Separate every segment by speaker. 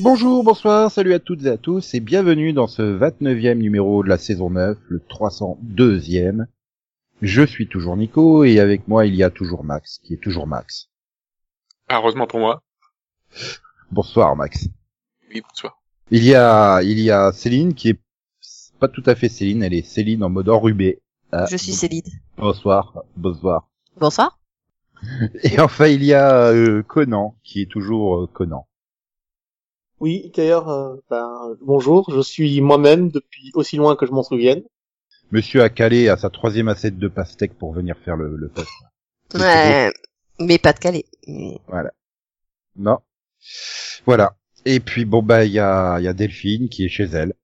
Speaker 1: Bonjour, bonsoir, salut à toutes et à tous et bienvenue dans ce 29e numéro de la saison 9, le 302e. Je suis toujours Nico et avec moi il y a toujours Max, qui est toujours Max.
Speaker 2: Ah, heureusement pour moi.
Speaker 1: Bonsoir Max.
Speaker 2: Oui, bonsoir.
Speaker 1: Il y a, il y a Céline qui est pas tout à fait Céline, elle est Céline en mode enrubé. Ah,
Speaker 3: Je suis Céline.
Speaker 1: Bonsoir, bonsoir.
Speaker 3: Bonsoir.
Speaker 1: Et enfin il y a euh, Conan qui est toujours euh, Conan.
Speaker 4: Oui, d'ailleurs, euh, ben, bonjour, je suis moi-même depuis aussi loin que je m'en souvienne.
Speaker 1: Monsieur a calé à sa troisième assiette de pastèque pour venir faire le, le poste. C'est
Speaker 3: Ouais, Euh, mais pas de Calais. Mm.
Speaker 1: Non. Voilà. Et puis bon bah il y a, il y a Delphine qui est chez elle.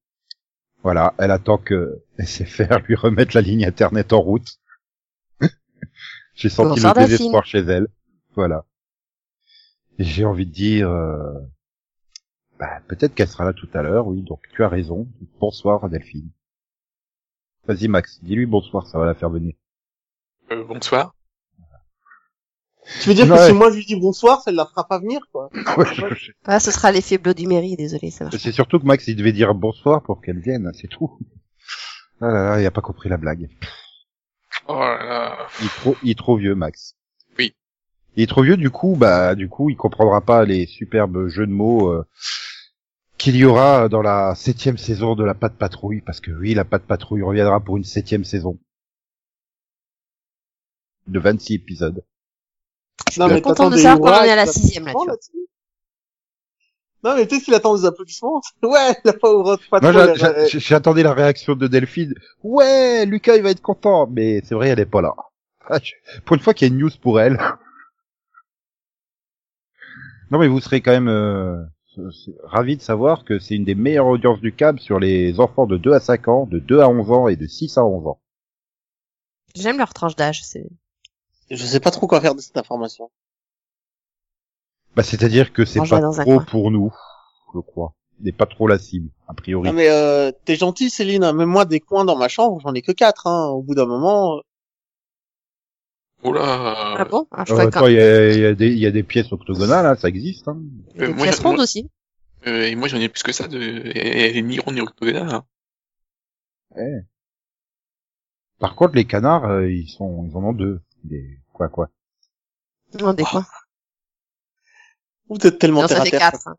Speaker 1: Voilà, elle attend que SFR lui remette la ligne internet en route. J'ai senti
Speaker 3: Bonsoir,
Speaker 1: le
Speaker 3: Delphine.
Speaker 1: désespoir chez elle. Voilà. Et J'ai envie de dire, euh, bah, peut-être qu'elle sera là tout à l'heure, oui. Donc tu as raison. Bonsoir Delphine. Vas-y Max, dis-lui bonsoir, ça va la faire venir.
Speaker 2: Euh, bonsoir.
Speaker 4: Tu veux dire
Speaker 1: Ouais.
Speaker 4: que si moi je lui dis bonsoir, ça ne la fera pas venir, quoi.
Speaker 3: Ah, ce sera l'effet bleu du mairie, désolé, ça marche.
Speaker 1: C'est surtout que Max, il devait dire bonsoir pour qu'elle vienne, hein, c'est tout. Ah là là, il a pas compris la blague.
Speaker 2: Oh là là.
Speaker 1: Il est trop, il est trop vieux, Max.
Speaker 2: Oui.
Speaker 1: Il est trop vieux, du coup, bah, du coup, il comprendra pas les superbes jeux de mots euh, qu'il y aura dans la septième saison de la Patte Patrouille, parce que oui, la Patte Patrouille reviendra pour une septième saison de 26 épisodes.
Speaker 4: Non,
Speaker 3: suis contente de
Speaker 4: t'attendais,
Speaker 3: savoir qu'on en est à la
Speaker 4: ouais,
Speaker 3: sixième, là, tu vois.
Speaker 4: là-dessus. Non, mais peut-être qu'il attend des applaudissements. Ouais, il a pas ouvert pas
Speaker 1: Moi,
Speaker 4: trop
Speaker 1: j'a-
Speaker 4: les-
Speaker 1: j'a-
Speaker 4: euh,
Speaker 1: j'a- j'attendais la réaction de Delphine. Ouais, Lucas, il va être content, mais c'est vrai, elle est pas là. Ah, je- Pour une fois qu'il y a une news pour elle. Non, mais vous serez quand même euh, ravi de savoir que c'est une des meilleures audiences du câble sur les enfants de 2 à 5 ans, de 2 à 11 ans et de 6 à 11 ans.
Speaker 3: J'aime leur tranche d'âge, c'est...
Speaker 4: Je sais pas trop quoi faire de cette information.
Speaker 1: Bah, c'est-à-dire que c'est
Speaker 3: Moi, je
Speaker 1: pas
Speaker 3: vais dans un
Speaker 1: trop
Speaker 3: coin.
Speaker 1: pour nous, je crois. N'est pas trop la cible, a priori.
Speaker 4: Non, mais euh, t'es gentil, Céline. hein. Même moi, des coins dans ma chambre, j'en ai que quatre. Hein. Au bout d'un moment, euh,
Speaker 2: Oh Oula.
Speaker 3: Ah bon ah, je
Speaker 1: Euh,
Speaker 3: crois
Speaker 1: attends, il y a, il y a des- il y a des pièces octogonales, hein, ça existe. Hein.
Speaker 2: Euh, moi,
Speaker 3: Elles
Speaker 2: j'en-
Speaker 3: se fondent
Speaker 2: moi-
Speaker 3: aussi.
Speaker 2: euh, et moi, j'en ai plus que ça de, et- et elle est ni ronde ni octogonale. hein.
Speaker 1: Par contre, les canards, euh, ils sont, ils en ont deux. Des quoi quoi.
Speaker 3: Non, des coins.
Speaker 4: ou t'es tellement
Speaker 3: Non,
Speaker 4: terre
Speaker 3: ça
Speaker 4: à
Speaker 3: fait
Speaker 4: terre.
Speaker 3: quatre. hein.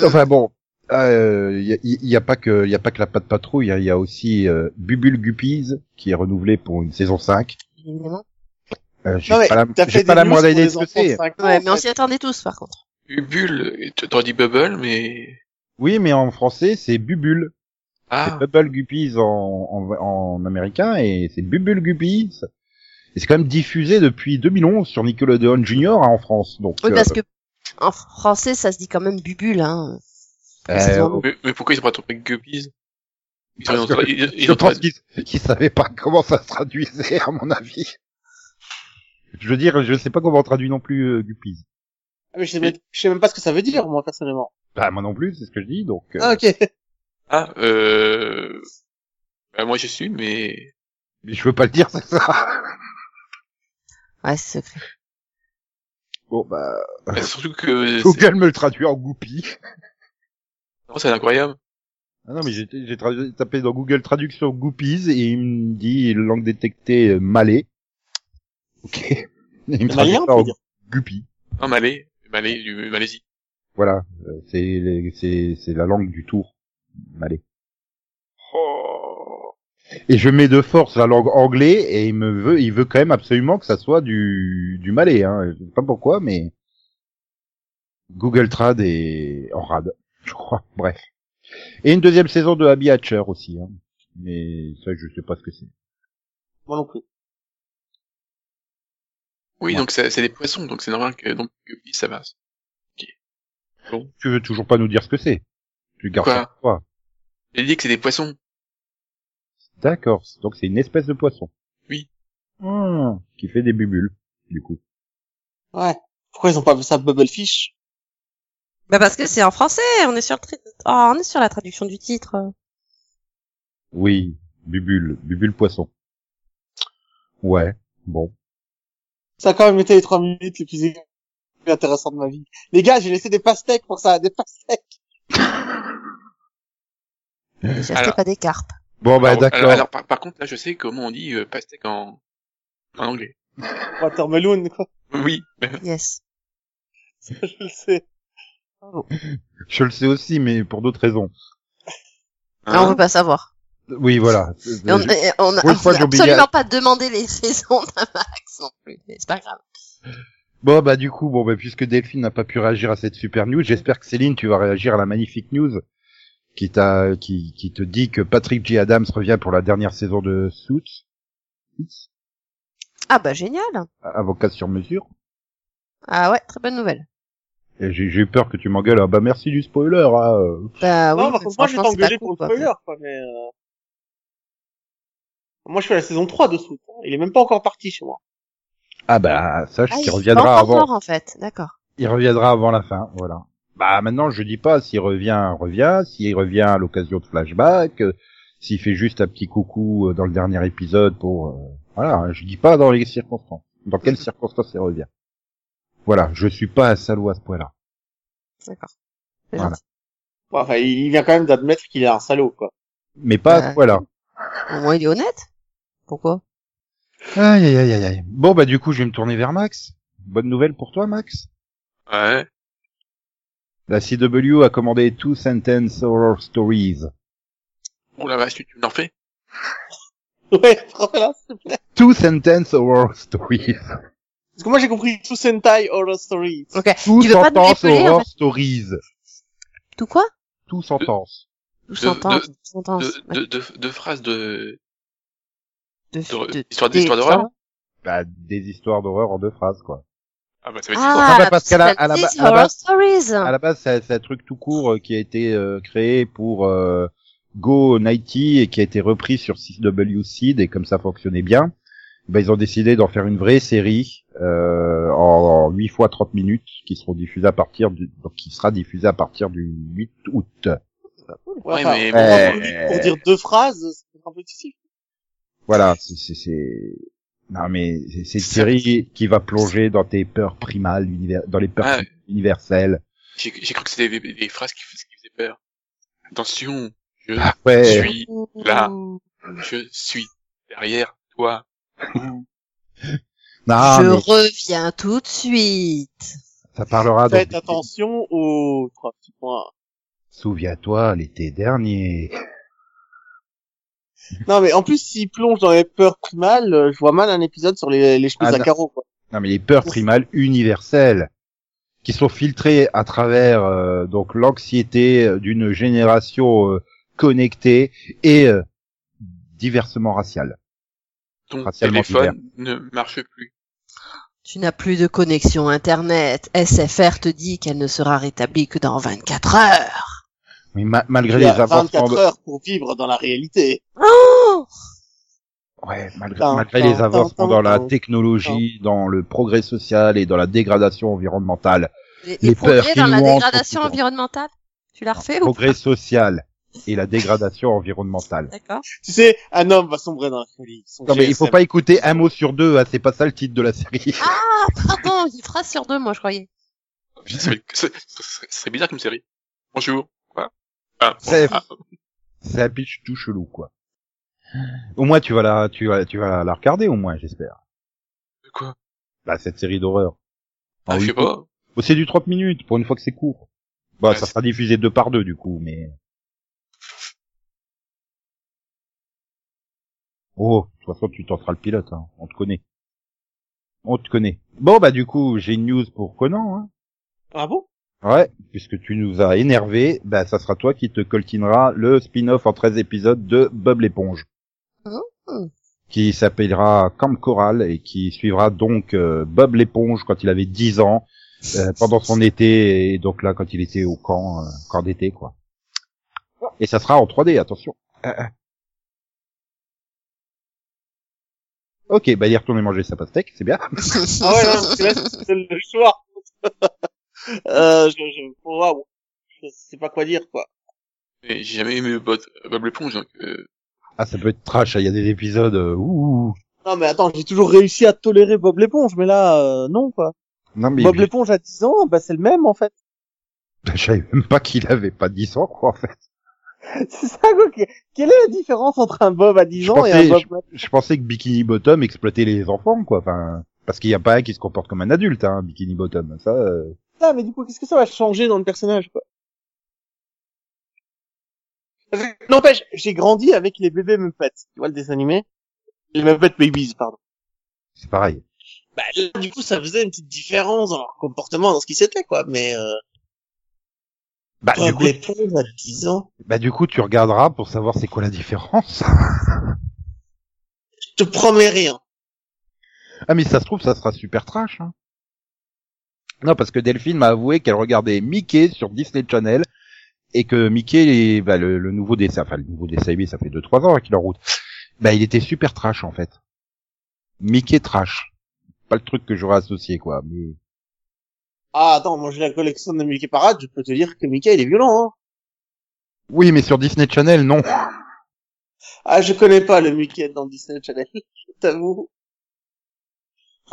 Speaker 1: Enfin bon, il euh, y, a- y a pas que, il y a pas que la patte patrouille. Il y a aussi euh, Bubule Guppies qui est renouvelé pour une saison 5.
Speaker 3: Évidemment.
Speaker 1: Euh, j'ai
Speaker 4: Non, mais
Speaker 1: pas la,
Speaker 4: t'as
Speaker 1: j'ai
Speaker 4: fait
Speaker 1: pas
Speaker 4: des
Speaker 1: la
Speaker 4: news
Speaker 1: moindre
Speaker 4: pour
Speaker 1: idée de
Speaker 4: les
Speaker 1: ce que
Speaker 4: enfants de
Speaker 1: c'est.
Speaker 4: cinq ans,
Speaker 3: Ouais,
Speaker 4: en
Speaker 3: mais on
Speaker 4: fait.
Speaker 3: s'y attendait tous, par contre.
Speaker 2: Ubule, t'aurais dit Bubble, mais.
Speaker 1: Oui, mais en français, c'est Bubule.
Speaker 2: Ah,
Speaker 1: C'est Bubble Guppies en, en, en américain et c'est Bubule Guppies. Et c'est quand même diffusé depuis 2011 sur Nickelodeon Junior hein, en France. Donc,
Speaker 3: Oui,
Speaker 1: euh,
Speaker 3: parce que en français, ça se dit quand même bubule, hein.
Speaker 1: euh,
Speaker 3: saison.
Speaker 2: mais, mais pourquoi ils ont pas trompé Guppies Ils
Speaker 1: Parce
Speaker 2: ont-
Speaker 1: que-
Speaker 2: ils ont- ils
Speaker 1: Je
Speaker 2: ont-
Speaker 1: pense qu'ils qu'ils savaient pas comment ça se traduisait, à mon avis. Je veux dire, je sais pas comment on traduit non plus euh, Guppies.
Speaker 4: Ah, mais je, sais même, je sais même pas ce que ça veut dire, moi, personnellement.
Speaker 1: Bah moi non plus, c'est ce que je dis, donc... euh,
Speaker 4: Ah, ok.
Speaker 2: Ah, euh. bah, moi, je suis, mais.
Speaker 1: mais je veux pas le dire, c'est ça
Speaker 3: Ouais, c'est secret.
Speaker 1: Bon, bah...
Speaker 2: bah, surtout que. c'est-
Speaker 1: Google me le traduit en Goupy.
Speaker 2: Non, c'est un aquarium.
Speaker 1: Ah non, mais j'ai j'ai traduit- tapé dans Google Traduction Guppies, et il me dit langue détectée euh, malais. Ok. Et Il me traduit
Speaker 4: Malien,
Speaker 1: ça
Speaker 4: on peut
Speaker 1: en
Speaker 4: dire.
Speaker 1: Guppy.
Speaker 2: Non, Malais. Malais, du Malaisie.
Speaker 1: Voilà, euh, c'est les- c'est c'est la langue du tour, malais.
Speaker 2: Oh.
Speaker 1: Et je mets de force la langue anglais et il me veut, il veut quand même absolument que ça soit du, du malais, hein. Je sais pas pourquoi, mais Google Trad est en rade, je crois. Bref. Et une deuxième saison de Abby Hatcher aussi, hein. Mais ça, je sais pas ce que c'est.
Speaker 4: Moi non plus.
Speaker 2: Oui,
Speaker 1: Ouais.
Speaker 2: donc c'est c'est des poissons, donc c'est normal que. Donc, Guppies, ça va.
Speaker 1: Tu veux toujours pas nous dire ce que c'est? Tu gardes
Speaker 2: Quoi
Speaker 1: ça pour toi.
Speaker 2: J'ai dit que c'est des poissons.
Speaker 1: D'accord. Donc c'est une espèce de poisson.
Speaker 2: Oui.
Speaker 1: Hmm, qui fait des bulles, du coup.
Speaker 4: Ouais. Pourquoi ils ont pas appelé ça Bubblefish
Speaker 3: Bah parce que c'est en français, on est sur le tri- oh, on est sur la traduction du titre.
Speaker 1: Oui, bubule, bubule poisson. Ouais, bon.
Speaker 4: Ça a quand même été les trois minutes les plus intéressantes de ma vie. Les gars, j'ai laissé des pastèques pour ça, des pastèques.
Speaker 3: J'ai acheté
Speaker 2: Alors-
Speaker 3: pas des carpes.
Speaker 1: Bon bah
Speaker 2: alors, alors,
Speaker 1: d'accord.
Speaker 2: alors, par, par contre, là, je sais comment on dit euh, pastèque en, en anglais.
Speaker 4: Watermelon, quoi.
Speaker 2: Oui.
Speaker 3: Yes.
Speaker 4: Je le sais.
Speaker 1: Je le sais aussi, mais pour d'autres raisons.
Speaker 3: Ah, on
Speaker 2: Hein
Speaker 3: veut pas savoir.
Speaker 1: Oui, voilà.
Speaker 3: Et on
Speaker 1: Je-
Speaker 3: et on a,
Speaker 1: Pour une fois,
Speaker 3: on a
Speaker 1: j'ai oublié
Speaker 3: absolument pas demandé les saisons d'un Max non plus. mais C'est pas grave.
Speaker 1: Bon bah du coup, bon bah puisque Delphine n'a pas pu réagir à cette super news, j'espère que Céline, tu vas réagir à la magnifique news qui t'a qui, qui te dit que Patrick J. Adams revient pour la dernière saison de Suits,
Speaker 3: Ah bah génial.
Speaker 1: avocat sur mesure.
Speaker 3: Ah ouais, très bonne nouvelle.
Speaker 1: Et J'ai j'ai eu peur que tu m'engueules. Ah bah merci du spoiler. Hein. euh.
Speaker 3: Bah oui.
Speaker 4: non, par
Speaker 3: mais
Speaker 4: contre, moi, je vais
Speaker 3: franchement, c'est
Speaker 4: t'engueuler
Speaker 3: pas cool,
Speaker 4: pour le
Speaker 3: quoi.
Speaker 4: spoiler, quoi, mais euh... Moi, je suis à la saison 3 de Soot. hein. Il est même pas encore parti chez moi.
Speaker 1: Ah bah sache
Speaker 3: Ah, il
Speaker 1: qu'il
Speaker 3: est
Speaker 1: reviendra
Speaker 3: pas encore
Speaker 1: avant.
Speaker 3: mort, en fait, d'accord.
Speaker 1: Il reviendra avant la fin, voilà. Bah maintenant je dis pas s'il revient, revient, s'il revient à l'occasion de flashback, euh, s'il fait juste un petit coucou euh, dans le dernier épisode pour euh, voilà, hein, je dis pas dans les circonstances. Dans quelles circonstances il revient. Voilà, je suis pas un salaud à ce point-là.
Speaker 3: D'accord. C'est
Speaker 1: Voilà.
Speaker 3: gentil.
Speaker 4: Bon, enfin, il vient quand même d'admettre qu'il est un salaud, quoi.
Speaker 1: Mais pas à
Speaker 3: Ouais.
Speaker 1: ce point-là.
Speaker 3: Au moins, il est honnête. Pourquoi
Speaker 1: Aïe aïe aïe aïe, aïe. Bon bah du coup, je vais me tourner vers Max. Bonne nouvelle pour toi Max.
Speaker 2: Ouais.
Speaker 1: La CW a commandé Two Sentence Horror Stories.
Speaker 2: Oh la vache, tu, tu me l'en fais
Speaker 4: Ouais, voilà.
Speaker 1: Two Sentence Horror Stories.
Speaker 4: Parce que moi, j'ai compris tout Sentai Horror Story.
Speaker 3: Ok.
Speaker 1: Two
Speaker 3: Tu veux pas te
Speaker 1: Sentence
Speaker 3: dépeler, en
Speaker 1: Horror
Speaker 3: fait
Speaker 1: Stories.
Speaker 3: Tout quoi
Speaker 1: Two Sentence.
Speaker 3: Tout sentence,
Speaker 2: de-
Speaker 3: tout Bah, sentence.
Speaker 2: deux,
Speaker 3: ouais.
Speaker 2: deux, deux, deux phrases de... de-
Speaker 3: De- de- Ah,
Speaker 2: histoire-
Speaker 3: des-
Speaker 2: d'histoire d'horreur
Speaker 1: bah, des histoires d'horreur en deux phrases, quoi.
Speaker 2: Ah bah ça va être...
Speaker 1: Ah,
Speaker 3: Ah,
Speaker 1: bah,
Speaker 3: la
Speaker 1: parce qu'à la- à la ba-
Speaker 3: Six
Speaker 1: à la
Speaker 3: Horror
Speaker 1: base-
Speaker 3: Stories.
Speaker 1: À la base, c'est c'est un truc tout court euh, qui a été euh, créé pour euh, Go 90 et qui a été repris sur 6W Seed et comme ça fonctionnait bien, bah, ils ont décidé d'en faire une vraie série euh, en, 8 fois 30 minutes qui seront diffusées à partir du donc qui sera diffusée à partir du 8 août.
Speaker 2: Ouais,
Speaker 4: enfin,
Speaker 2: mais
Speaker 4: pour,
Speaker 1: bon.
Speaker 4: dire- pour dire deux phrases, c'est un peu difficile.
Speaker 1: Voilà, c'est- c'est c'est- non mais c'est- c'est une série qui va plonger dans tes peurs primales, univers- dans les peurs
Speaker 2: Ouais.
Speaker 1: universelles.
Speaker 2: J'ai j'ai cru que c'était des, des phrases qui, fais- qui faisaient peur. Attention, Ah, je
Speaker 1: Ouais.
Speaker 2: suis, là.
Speaker 3: Ouh.
Speaker 2: je suis derrière toi.
Speaker 1: Non,
Speaker 3: je
Speaker 1: Ah, mais
Speaker 3: reviens tout de suite.
Speaker 1: ça parlera dans
Speaker 4: Faites
Speaker 1: tes-
Speaker 4: attention aux trois petits points.
Speaker 1: Souviens-toi, l'été dernier.
Speaker 4: Non, mais en plus, s'il plonge dans les peurs primales, euh, je vois mal un épisode sur les, les chemises
Speaker 1: Ah,
Speaker 4: à
Speaker 1: non.
Speaker 4: carreaux, quoi.
Speaker 1: Non, mais les peurs primales universelles qui sont filtrées à travers euh, donc l'anxiété euh, d'une génération euh, connectée et euh, diversement raciale.
Speaker 2: Ton
Speaker 1: Racialement
Speaker 2: téléphone ne marche plus.
Speaker 3: Tu n'as plus de connexion Internet. SFR te dit qu'elle ne sera rétablie que dans 24 heures.
Speaker 1: Mais ma- malgré
Speaker 4: Il y
Speaker 1: les
Speaker 4: a
Speaker 1: avancements,
Speaker 4: 24 heures pour vivre dans la réalité.
Speaker 3: Oh
Speaker 1: ouais, malgré,
Speaker 4: Tin,
Speaker 1: malgré
Speaker 4: tin,
Speaker 1: les
Speaker 4: tin,
Speaker 1: avancements
Speaker 4: tin,
Speaker 1: dans la
Speaker 4: tin.
Speaker 1: technologie, dans le progrès social et dans la dégradation environnementale,
Speaker 3: les,
Speaker 1: Les
Speaker 3: les
Speaker 1: peurs
Speaker 3: progrès
Speaker 1: qui
Speaker 3: dans la
Speaker 1: nous hantent
Speaker 3: dégradation
Speaker 1: au futur.
Speaker 3: environnementale Tu l'as refait ou
Speaker 1: progrès social et la dégradation environnementale.
Speaker 3: D'accord.
Speaker 4: Tu sais, un homme va sombrer dans la folie. Son
Speaker 1: Non mais il faut
Speaker 4: GSM.
Speaker 1: pas écouter un mot sur deux, hein, c'est pas ça le titre de la série.
Speaker 3: Ah, pardon, une phrase sur deux, moi, je croyais.
Speaker 2: Ce serait, ce serait- ce serait bizarre comme série. Bonjour. Quoi ah, bon,
Speaker 1: Bref.
Speaker 2: ah,
Speaker 1: C'est un pitch tout chelou quoi. Au moins tu vas la tu vas tu vas la regarder au moins j'espère.
Speaker 2: quoi
Speaker 1: Bah cette série d'horreur.
Speaker 2: ah,
Speaker 1: Ah
Speaker 2: Je
Speaker 1: oui.
Speaker 2: sais pas.
Speaker 1: Bon, c'est du 30 minutes pour une fois que c'est court. Bah
Speaker 2: Ouais,
Speaker 1: ça
Speaker 2: c'est-
Speaker 1: sera diffusé deux par deux du coup mais Oh, de toute façon tu tenteras le pilote hein, on te connaît. On te connaît. Bon bah du coup, j'ai une news pour Conan hein.
Speaker 4: Ah bon?
Speaker 1: Ouais, puisque tu nous as énervé, bah ça sera toi qui te coltineras le spin-off en 13 épisodes de Bob l'éponge.
Speaker 3: Mmh.
Speaker 1: Qui s'appellera Camp Coral et qui suivra donc euh, Bob l'éponge quand il avait 10 ans euh, pendant son été et donc là quand il était au camp euh, camp d'été quoi. Et ça sera en 3D, attention. Ok, bah il est retourné manger sa pastèque, c'est bien.
Speaker 4: Ah ouais, non, parce que là, c'est c'est le soir. euh, je, je, waouh. Je sais pas quoi dire, quoi.
Speaker 2: Mais j'ai jamais aimé Bob, Bob l'éponge, donc euh,
Speaker 1: Ah, ça peut être trash, il y a des épisodes... euh, ouh.
Speaker 4: Non, mais attends, j'ai toujours réussi à tolérer Bob l'éponge, mais là, euh, non, quoi.
Speaker 1: Non mais
Speaker 4: Bob l'éponge à 10 ans, bah, c'est le même, en fait.
Speaker 1: je savais même pas qu'il avait pas 10 ans, quoi, en fait.
Speaker 4: C'est ça, quoi. que- Quelle est la différence entre un Bob à 10
Speaker 1: Je
Speaker 4: ans et un
Speaker 1: pensais-
Speaker 4: Bob
Speaker 1: Je pensais que Bikini Bottom exploitait les enfants, quoi, enfin... Parce qu'il n'y a pas un qui se comporte comme un adulte, hein, Bikini Bottom, ça... euh,
Speaker 4: Ah, mais du coup, qu'est-ce que ça va changer dans le personnage, quoi Parce que, N'empêche, j'ai grandi avec les bébés Muppets, tu vois le dessin animé Les Muppet Babies, pardon.
Speaker 1: C'est pareil.
Speaker 4: Bah, là, du coup, ça faisait une petite différence dans leur comportement, dans ce qu'ils s'étaient, quoi. Mais euh,
Speaker 1: Bah, du
Speaker 4: Bob
Speaker 1: coup,
Speaker 4: l'éponge à 10 ans,
Speaker 1: bah du coup, tu regarderas pour savoir c'est quoi la différence.
Speaker 4: je te promets rien.
Speaker 1: Ah mais si ça se trouve ça sera super trash. Hein. Non parce que Delphine m'a avoué qu'elle regardait Mickey sur Disney Channel et que Mickey bah, le, le nouveau dessin, enfin le nouveau dessin animé, ça fait deux trois ans hein, qu'il est en route. Bah il était super trash en fait. Mickey trash, pas le truc que j'aurais associé quoi. Mais
Speaker 4: Ah, attends, moi j'ai la collection de Mickey Parade, je peux te dire que Mickey, il est violent, hein.
Speaker 1: oui mais sur Disney Channel non.
Speaker 4: Ah, je connais pas le Mickey dans Disney Channel, je t'avoue.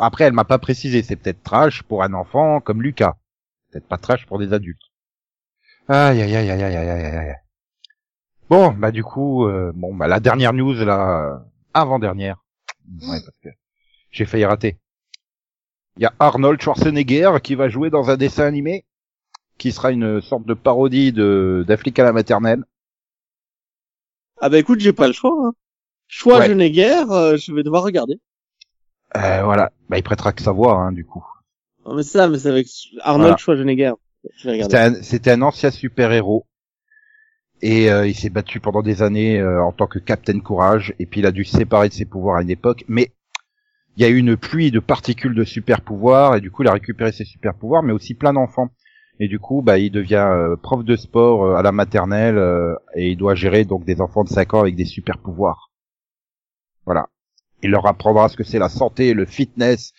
Speaker 1: Après elle m'a pas précisé, c'est peut-être trash pour un enfant comme Lucas, peut-être pas trash pour des adultes. Aïe aïe aïe aïe aïe aïe aïe aïe. Bon bah du coup euh, bon bah la dernière news là avant dernière. Ouais parce que j'ai failli rater. Il y a Arnold Schwarzenegger qui va jouer dans un dessin animé qui sera une sorte de parodie de d'Afrique à la maternelle.
Speaker 4: Ah bah écoute, j'ai pas le choix, hein. Choix
Speaker 1: Ouais.
Speaker 4: je n'ai guère, euh, je vais devoir regarder.
Speaker 1: Euh, voilà bah il prêtera que sa voix hein, du coup.
Speaker 4: Non, mais ça, mais c'est avec
Speaker 1: Voilà.
Speaker 4: Arnold Schwarzenegger. Je vais
Speaker 1: C'était
Speaker 4: regarder.
Speaker 1: un, c'était un ancien super-héros. Et euh, il s'est battu pendant des années euh, en tant que Captain Courage. Et puis il a dû se séparer de ses pouvoirs à une époque. Mais il y a eu une pluie de particules de super-pouvoirs. Et du coup, il a récupéré ses super-pouvoirs, mais aussi plein d'enfants. Et du coup, bah, il devient euh, prof de sport euh, à la maternelle. euh, et il doit gérer donc des enfants de 5 ans avec des super-pouvoirs. Voilà. Il leur apprendra ce que c'est la santé, le fitness,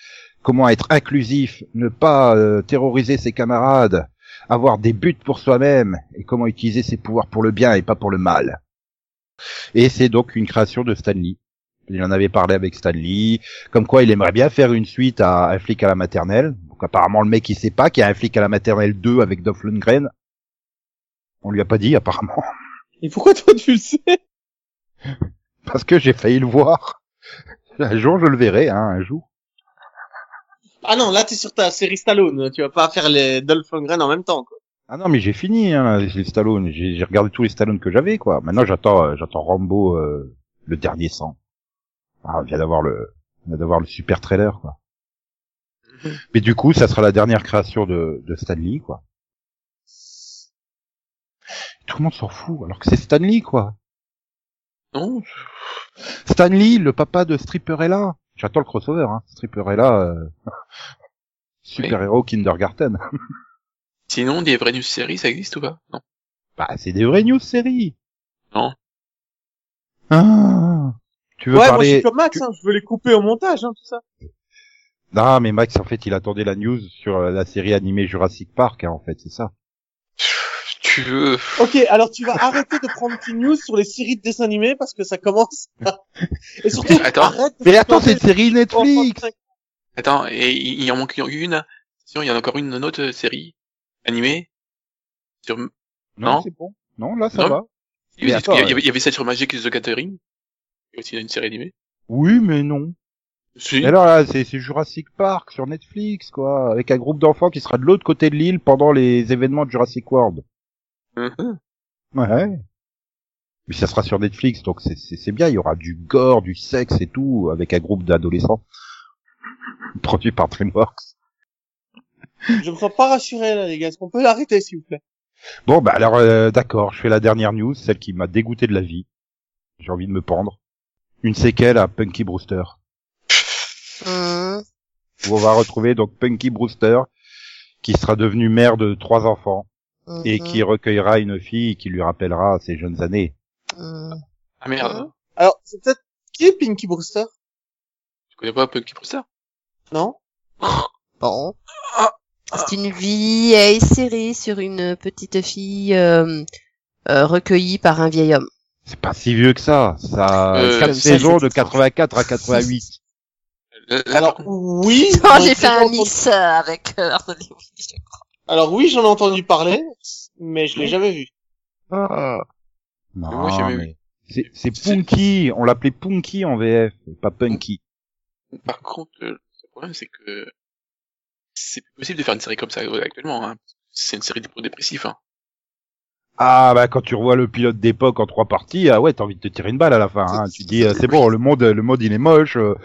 Speaker 1: comment être inclusif, ne pas euh, terroriser ses camarades avoir des buts pour soi-même et comment utiliser ses pouvoirs pour le bien et pas pour le mal. Et c'est donc une création de Stanley. Il en avait parlé avec Stanley, comme quoi il aimerait bien faire une suite à Un flic à la maternelle. Donc apparemment le mec il sait pas qu'il y a Un flic à la maternelle 2 avec Dolph Lundgren. On lui a pas dit apparemment,
Speaker 4: Et pourquoi toi tu le sais
Speaker 1: parce que j'ai failli le voir. Un jour je le verrai, hein, un jour.
Speaker 4: Ah non, là t'es sur ta série Stallone, tu vas pas faire les Dolph Lundgren en même temps. Quoi.
Speaker 1: Ah non mais j'ai fini hein, les Stallone, j'ai j'ai regardé tous les Stallone que j'avais quoi. Maintenant j'attends euh, j'attends Rambo euh, le dernier sang. Ah, on vient d'avoir le on vient d'avoir le super trailer quoi. Mais du coup, ça sera la dernière création de de Stanley quoi. Tout le monde s'en fout alors que c'est Stanley quoi.
Speaker 2: non.
Speaker 1: Stanley, le papa de Stripperella. J'attends le crossover hein, Stripperella euh... super-héros Kindergarten.
Speaker 2: Sinon, des vraies news séries, ça existe ou pas Non.
Speaker 1: Bah, c'est des vraies news séries.
Speaker 2: Non.
Speaker 1: Ah. Tu veux
Speaker 4: Ouais, moi je suis
Speaker 1: parler
Speaker 4: comme Max,
Speaker 1: tu-
Speaker 4: hein, je veux les couper au montage, hein, tout ça.
Speaker 1: Non, mais Max, en fait, il attendait la news sur euh, la série animée Jurassic Park, hein, en fait, c'est ça.
Speaker 2: Tu veux
Speaker 4: Ok, alors tu vas arrêter de prendre tes news sur les séries de dessins animés parce que ça commence. à- Et surtout,
Speaker 2: Attends.
Speaker 4: arrête. de
Speaker 1: Mais attends,
Speaker 4: planter
Speaker 1: c'est une série
Speaker 4: les enfants de
Speaker 1: Netflix.
Speaker 4: cinq-
Speaker 2: Attends, et il il en manque une. hein. Sinon, il y en a encore une, une autre série animée. Sur... Non, Non.
Speaker 1: c'est bon. Non, là, ça
Speaker 2: Non.
Speaker 1: va.
Speaker 2: il, y
Speaker 1: Mais
Speaker 2: avait-
Speaker 1: attends,
Speaker 2: il y avait, il y avait celle sur Magic the Gathering. Il y a aussi une série animée.
Speaker 1: Oui, mais non.
Speaker 2: Si.
Speaker 1: Mais alors là, c'est c'est Jurassic Park sur Netflix, quoi, avec un groupe d'enfants qui sera de l'autre côté de l'île pendant les événements de Jurassic World.
Speaker 2: Mhm.
Speaker 1: Ouais. Mais ça sera sur Netflix, donc c'est- c'est c'est bien. Il y aura du gore, du sexe et tout, avec un groupe d'adolescents produit par DreamWorks.
Speaker 4: Je me sens pas rassuré là, les gars. Est-ce qu'on peut l'arrêter, s'il vous plaît
Speaker 1: Bon, bah alors, euh, d'accord, je fais la dernière news, celle qui m'a dégoûté de la vie. J'ai envie de me pendre. Une séquelle à Punky Brewster.
Speaker 3: Hum.
Speaker 1: Où on va retrouver donc Punky Brewster, qui sera devenue mère de trois enfants et
Speaker 3: Mhm.
Speaker 1: qui recueillera une fille qui lui rappellera ses jeunes années.
Speaker 3: Hum.
Speaker 2: Ah merde.
Speaker 4: Alors, c'est peut-être qui est Pinky Brewster
Speaker 2: Je connais pas Punky Brewster
Speaker 4: Non
Speaker 3: Bon.
Speaker 4: Ah,
Speaker 3: C'est une vieille série sur une petite fille euh, euh, recueillie par un vieil homme.
Speaker 1: C'est pas si vieux que ça. Ça,
Speaker 2: Euh,
Speaker 1: quatre
Speaker 3: comme ça,
Speaker 1: saisons
Speaker 3: c'est-
Speaker 1: de 84 à 88.
Speaker 2: Là- là,
Speaker 4: Alors
Speaker 2: par contre,
Speaker 4: oui.
Speaker 3: Oh,
Speaker 4: j'en ai
Speaker 3: j'ai fait
Speaker 4: déjà
Speaker 3: un
Speaker 4: entendu-
Speaker 3: mix euh, avec euh, Earth Day.
Speaker 4: Alors oui, j'en ai entendu parler, mais je l'ai jamais vu.
Speaker 1: Ah. Non,
Speaker 2: Mais moi, j'ai jamais
Speaker 1: mais c'est- C'est
Speaker 2: C'est-
Speaker 1: Punky, on l'appelait Punky en VF, et pas Punky.
Speaker 2: par contre, euh, le problème, c'est que c'est plus possible de faire une série comme ça euh, actuellement. Hein. C'est une série pour dépressif. Hein.
Speaker 1: Ah bah quand tu revois le pilote d'époque en trois parties, ah ouais, t'as envie de te tirer une balle à la fin. Hein. Tu dis euh, c'est bon, le monde, le monde il est moche, euh,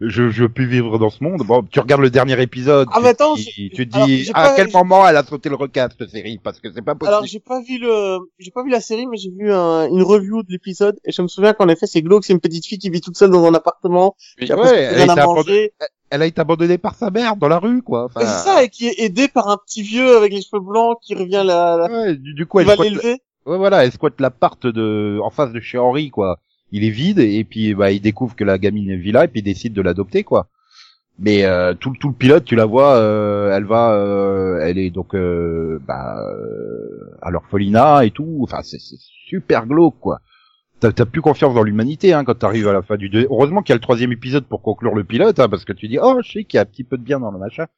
Speaker 1: je je veux plus vivre dans ce monde. Bon, tu regardes le dernier épisode,
Speaker 4: Ah,
Speaker 1: tu,
Speaker 4: mais attends,
Speaker 1: te dis,
Speaker 4: j'ai-
Speaker 1: tu te
Speaker 4: alors,
Speaker 1: dis
Speaker 4: j'ai
Speaker 1: ah,
Speaker 4: pas-
Speaker 1: à quel
Speaker 4: j'ai-
Speaker 1: moment elle a sauté le requin cette série parce que c'est pas possible.
Speaker 4: Alors j'ai pas vu le, j'ai pas vu la série, mais j'ai vu un- une review de l'épisode et je me souviens qu'en effet c'est glauque, c'est une petite fille qui vit toute seule dans un appartement,
Speaker 2: Oui.
Speaker 4: qui a
Speaker 1: Ouais,
Speaker 4: presque
Speaker 1: elle
Speaker 4: rien à
Speaker 1: était
Speaker 4: manger.
Speaker 1: abandonnée. Elle a été abandonnée par sa mère dans la rue quoi. Enfin,
Speaker 4: Et C'est ça, et qui est aidée par un petit vieux avec les cheveux blancs qui revient la, la...
Speaker 1: ouais, du, du coup
Speaker 4: qui
Speaker 1: elle
Speaker 4: va
Speaker 1: squatte-
Speaker 4: l'élever.
Speaker 1: Ouais, voilà, elle squatte l'appart de, en face de chez Henri, quoi. Il est vide, et puis, bah, il découvre que la gamine vit là, et puis il décide de l'adopter, quoi. Mais, euh, tout, le- tout le pilote, tu la vois, euh, elle va, euh, elle est donc, euh, bah, euh, à l'orphelinat et tout. Enfin, c'est c'est super glauque, quoi. T'as t'as plus confiance dans l'humanité, hein, quand t'arrives à la fin du deux. Heureusement qu'il y a le troisième épisode pour conclure le pilote, hein, parce que tu dis, oh, je sais qu'il y a un petit peu de bien dans le machin.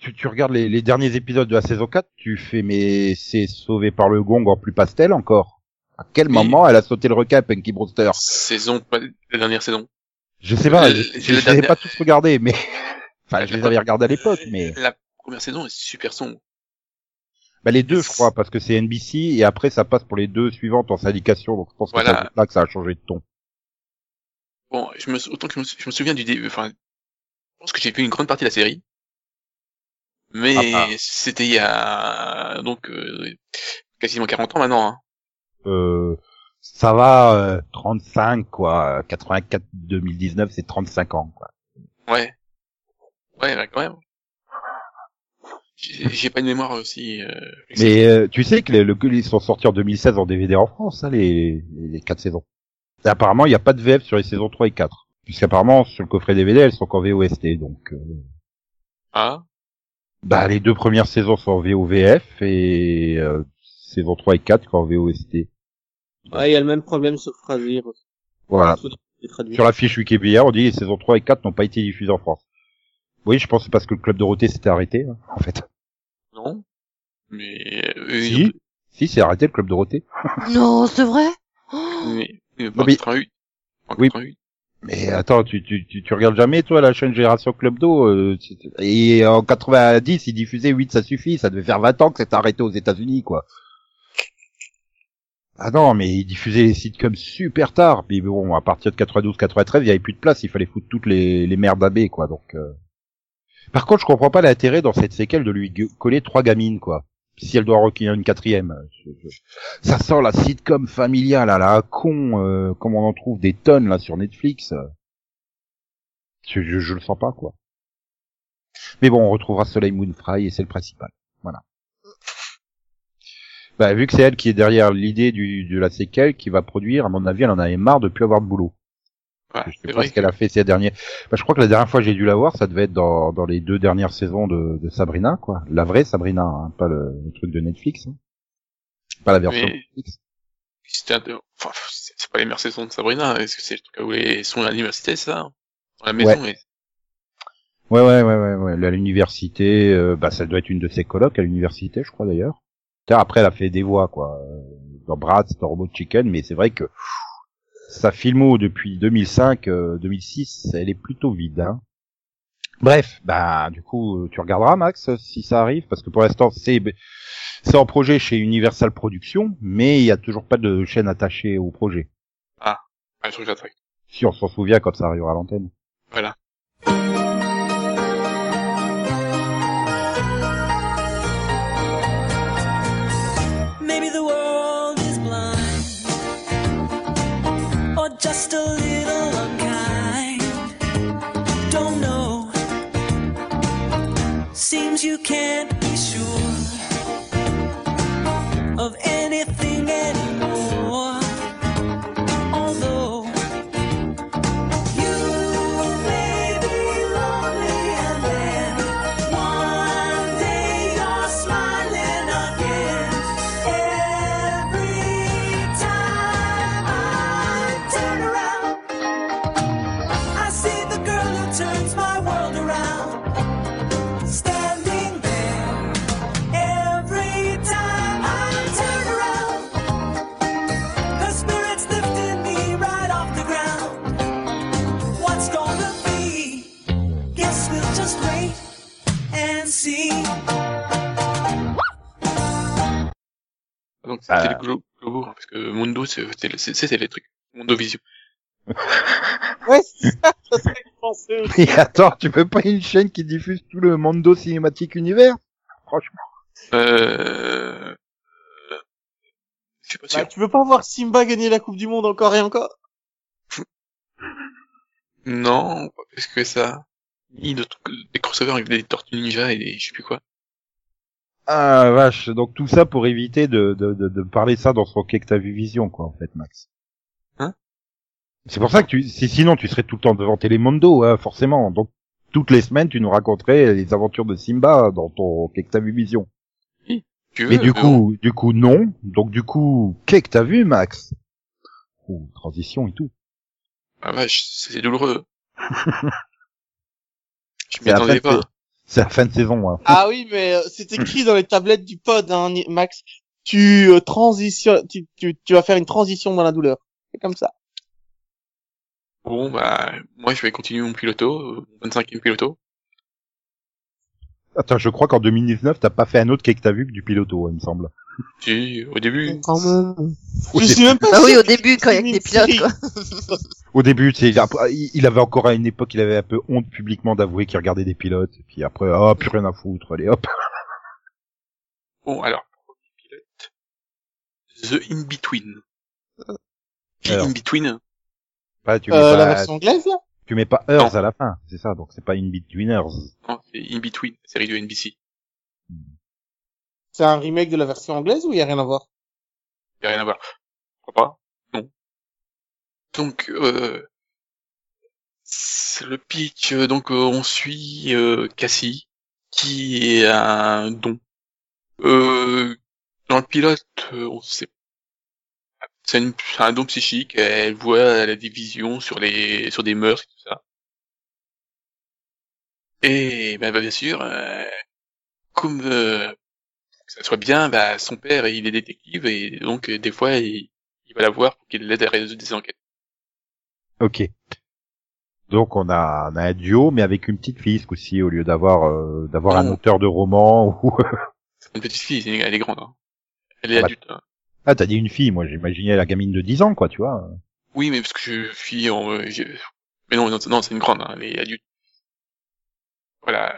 Speaker 1: Tu, tu regardes les, les derniers épisodes de la saison 4, tu fais, mais c'est sauvé par le gong en plus pastel encore. À quel
Speaker 2: Oui.
Speaker 1: moment elle a sauté le recap, Punky Brewster
Speaker 2: Saison, pas la dernière saison.
Speaker 1: Je sais pas,
Speaker 2: Euh,
Speaker 1: je,
Speaker 2: c'est
Speaker 1: je les
Speaker 2: la
Speaker 1: avais
Speaker 2: dernière-
Speaker 1: pas tous regardés, mais... Enfin, je les avais regardés à l'époque, mais...
Speaker 2: La première saison est super sombre.
Speaker 1: Bah, les deux, je crois, parce que c'est NBC, et après, ça passe pour les deux suivantes en syndication, donc je pense que
Speaker 2: Voilà.
Speaker 1: c'est là que ça a changé de ton.
Speaker 2: Bon, je me, sou- autant que je me, sou- je me souviens du début, enfin, je pense que j'ai vu une grande partie de la série. Mais
Speaker 1: Ah,
Speaker 2: c'était il y a, donc, euh, quasiment 40 ans maintenant, hein.
Speaker 1: euh, ça va euh, 35 quoi, Euh, 84 2019 c'est 35 ans quoi.
Speaker 2: Ouais. Ouais, bah, quand même. J'ai j'ai pas une mémoire aussi, euh, flexible.
Speaker 1: Mais euh, tu sais que les, le, ils sont sortis en 2016 en DVD en France hein, les les quatre saisons. Et apparemment il n'y a pas de VF sur les saisons 3 et 4 puisqu'apparemment sur le coffret DVD elles sont qu'en VOST donc euh,
Speaker 2: Ah.
Speaker 1: bah les deux premières saisons sont en VOVF et euh, saison 3 et 4 qu'en VOST.
Speaker 4: Ouais, il y a le même problème sur traduire.
Speaker 1: Voilà.
Speaker 4: les traduire.
Speaker 1: Sur la fiche Wikipédia, on dit les saisons 3 et 4 n'ont pas été diffusées en France. Oui, je pense que c'est parce que le club Dorothée s'était arrêté hein, en fait.
Speaker 2: Non. Mais, euh,
Speaker 1: Si. Si, c'est arrêté le club Dorothée.
Speaker 3: Non, c'est vrai
Speaker 2: mais, mais,
Speaker 1: Non,
Speaker 2: en
Speaker 1: mais-
Speaker 2: 88. En
Speaker 1: Oui.
Speaker 2: 88.
Speaker 1: Mais attends, tu, tu, tu, tu regardes jamais, toi, la chaîne Génération Club d'eau euh, tu- tu- Et en 90, ils diffusaient 8, ça suffit. Ça devait faire 20 ans que c'était arrêté aux états unis quoi. Ah non, mais ils diffusaient les sitcoms super tard. Puis bon, à partir de 92, 93, il y avait plus de place. Il fallait foutre toutes les, les merdes d'abbé, quoi. Donc, euh. Par contre, je comprends pas l'intérêt dans cette séquelle de lui gue- coller trois gamines, quoi. Si elle doit en recueillir une quatrième. euh, Je- je- Ça sent la sitcom familiale, à la con, euh, comme on en trouve des tonnes, là, sur Netflix. Je, je, je le sens pas, quoi. Mais bon, on retrouvera Soleil Moon Fry et c'est le principal. Voilà. Bah, vu que c'est elle qui est derrière l'idée du- de la séquelle qui va produire, à mon avis, elle en avait marre de plus avoir de boulot.
Speaker 2: Ouais,
Speaker 1: Je
Speaker 2: c'est
Speaker 1: sais pas
Speaker 2: vrai.
Speaker 1: ce qu'elle a fait ces derniers. Bah, je crois que la dernière fois que j'ai dû la voir, ça devait être dans, dans les deux dernières saisons de, de Sabrina, quoi. La vraie Sabrina, hein, pas le, le truc de Netflix. hein. Pas la version
Speaker 2: Mais-
Speaker 1: Netflix.
Speaker 2: C'était un- Enfin, c'est c'est pas les meilleures saisons de Sabrina. Est-ce que c'est le truc ah où ils sont à l'université, c'est ça hein. Dans la maison. et-
Speaker 1: Ouais, ouais, ouais, ouais, ouais. Elle est À l'université, euh, bah, ça doit être une de ses colocs à l'université, je crois d'ailleurs. Putain, Après, elle a fait des voix, quoi. Euh, Dans Bratz, dans Robot Chicken, mais c'est vrai que pff, sa filmo depuis 2005, euh, 2006, elle est plutôt vide, hein. Bref, bah, du coup, euh, tu regarderas, Max, si ça arrive, parce que pour l'instant, c'est, c'est en projet chez Universal Productions, mais il y a toujours pas de chaîne attachée au projet.
Speaker 2: Ah, je trouve que j'attaque.
Speaker 1: Si on s'en souvient quand ça arrivera à l'antenne.
Speaker 2: Voilà.
Speaker 5: Maybe the world is blind or just a little unkind. Don't know. Seems you can't be sure of anything anymore. Although you may be
Speaker 2: C'était
Speaker 1: Ah.
Speaker 2: le Glo- Globo, hein, parce que Mundo, c'est- c'était le- c'est- c'était les trucs. Mundo Vision.
Speaker 4: Ouais, c'est ça, ça serait pensé aussi.
Speaker 1: Mais attends, tu veux pas une chaîne qui diffuse tout le Mondo Cinématique Univers Franchement.
Speaker 2: Euh... euh, Je suis pas sûr.
Speaker 4: Bah, tu veux pas voir Simba gagner la Coupe du Monde encore et encore
Speaker 2: Non, pas plus que ça. Ni de trucs- des crossovers avec des Tortues Ninja et des je sais plus quoi.
Speaker 1: Ah vache, donc tout ça pour éviter de, de, de, de parler ça dans son quai que t'as vu vision, quoi, en fait, Max.
Speaker 2: Hein
Speaker 1: C'est pour ça que tu, si, sinon tu serais tout le temps devant Télémondo, hein, forcément. Donc toutes les semaines, tu nous raconterais les aventures de Simba dans ton quai que t'as vu vision.
Speaker 2: Tu veux,
Speaker 1: Mais du
Speaker 2: mais bon.
Speaker 1: coup, du coup, non. Donc du coup, qu'est-ce que t'as vu, Max Ouh, transition et tout.
Speaker 2: Ah vache, c'est c'est douloureux. je m'y
Speaker 1: C'est la fin
Speaker 2: attendais
Speaker 1: de
Speaker 2: pas.
Speaker 1: sa- C'est la fin de saison, hein.
Speaker 4: Ah oui, mais euh, c'est
Speaker 1: Hmm.
Speaker 4: écrit dans les tablettes du pod, hein, Ni- Max. Tu euh, transition, tu, tu, tu vas faire une transition dans la douleur. C'est comme ça.
Speaker 2: Bon, bah, moi je vais continuer mon piloto, euh, mon 25e piloto.
Speaker 1: Attends, je crois qu'en 2019, t'as pas fait un autre quai que t'as vu que du piloto, il me semble.
Speaker 2: Tu, au début,
Speaker 3: Quand même.
Speaker 1: Au,
Speaker 4: Je
Speaker 1: dé-
Speaker 4: suis même pas
Speaker 3: Bah oui,
Speaker 4: sûr
Speaker 3: au début, quand il y a
Speaker 4: qu'il
Speaker 3: que des
Speaker 4: filme une
Speaker 3: pilotes, quoi.
Speaker 1: au début, c'est après, il il avait encore à une époque, il avait un peu honte publiquement d'avouer qu'il regardait des pilotes. Et puis après, ah, plus rien à foutre, allez hop.
Speaker 2: bon, alors, pilote. The In-Between. The
Speaker 1: Alors.
Speaker 2: In-Between,
Speaker 1: Bah, tu,
Speaker 4: série.
Speaker 1: mets
Speaker 4: Euh, la
Speaker 1: pas,
Speaker 4: version anglaise, là
Speaker 1: tu mets pas heures à la fin, c'est ça. Donc c'est pas une beat winners.
Speaker 2: non, Hein, c'est In-Between, série de NBC.
Speaker 4: C'est un remake de la version anglaise ou il y a rien à voir
Speaker 2: Y a rien à voir. Pourquoi pas Non. Donc, euh, c'est le pitch, euh, donc euh, on suit euh, Cassie, qui est un don. Euh, dans le pilote, euh, on sait c'est une- c'est un don psychique, elle voit la division sur les sur des mœurs et tout ça. Et ben, ben, bien sûr, euh, comme euh, que ça soit bien, bah, son père, il est détective et donc euh, des fois, il, il va la voir pour qu'il l'aide à résoudre des enquêtes.
Speaker 1: Ok. Donc on a, on a un duo, mais avec une petite fille ce coup-ci, au lieu d'avoir euh, d'avoir un
Speaker 4: Ah.
Speaker 2: Oh.
Speaker 1: auteur de roman ou.
Speaker 2: C'est une petite fille, c'est- elle est grande. hein. Elle est
Speaker 1: Ah bah.
Speaker 2: adulte. hein.
Speaker 1: ah, t'as dit une fille, moi j'imaginais la gamine de 10 ans, quoi, tu vois.
Speaker 2: Oui, mais parce que je suis en... euh, je- Mais non, non, c'est- non, c'est une grande, hein, elle est adulte. Voilà.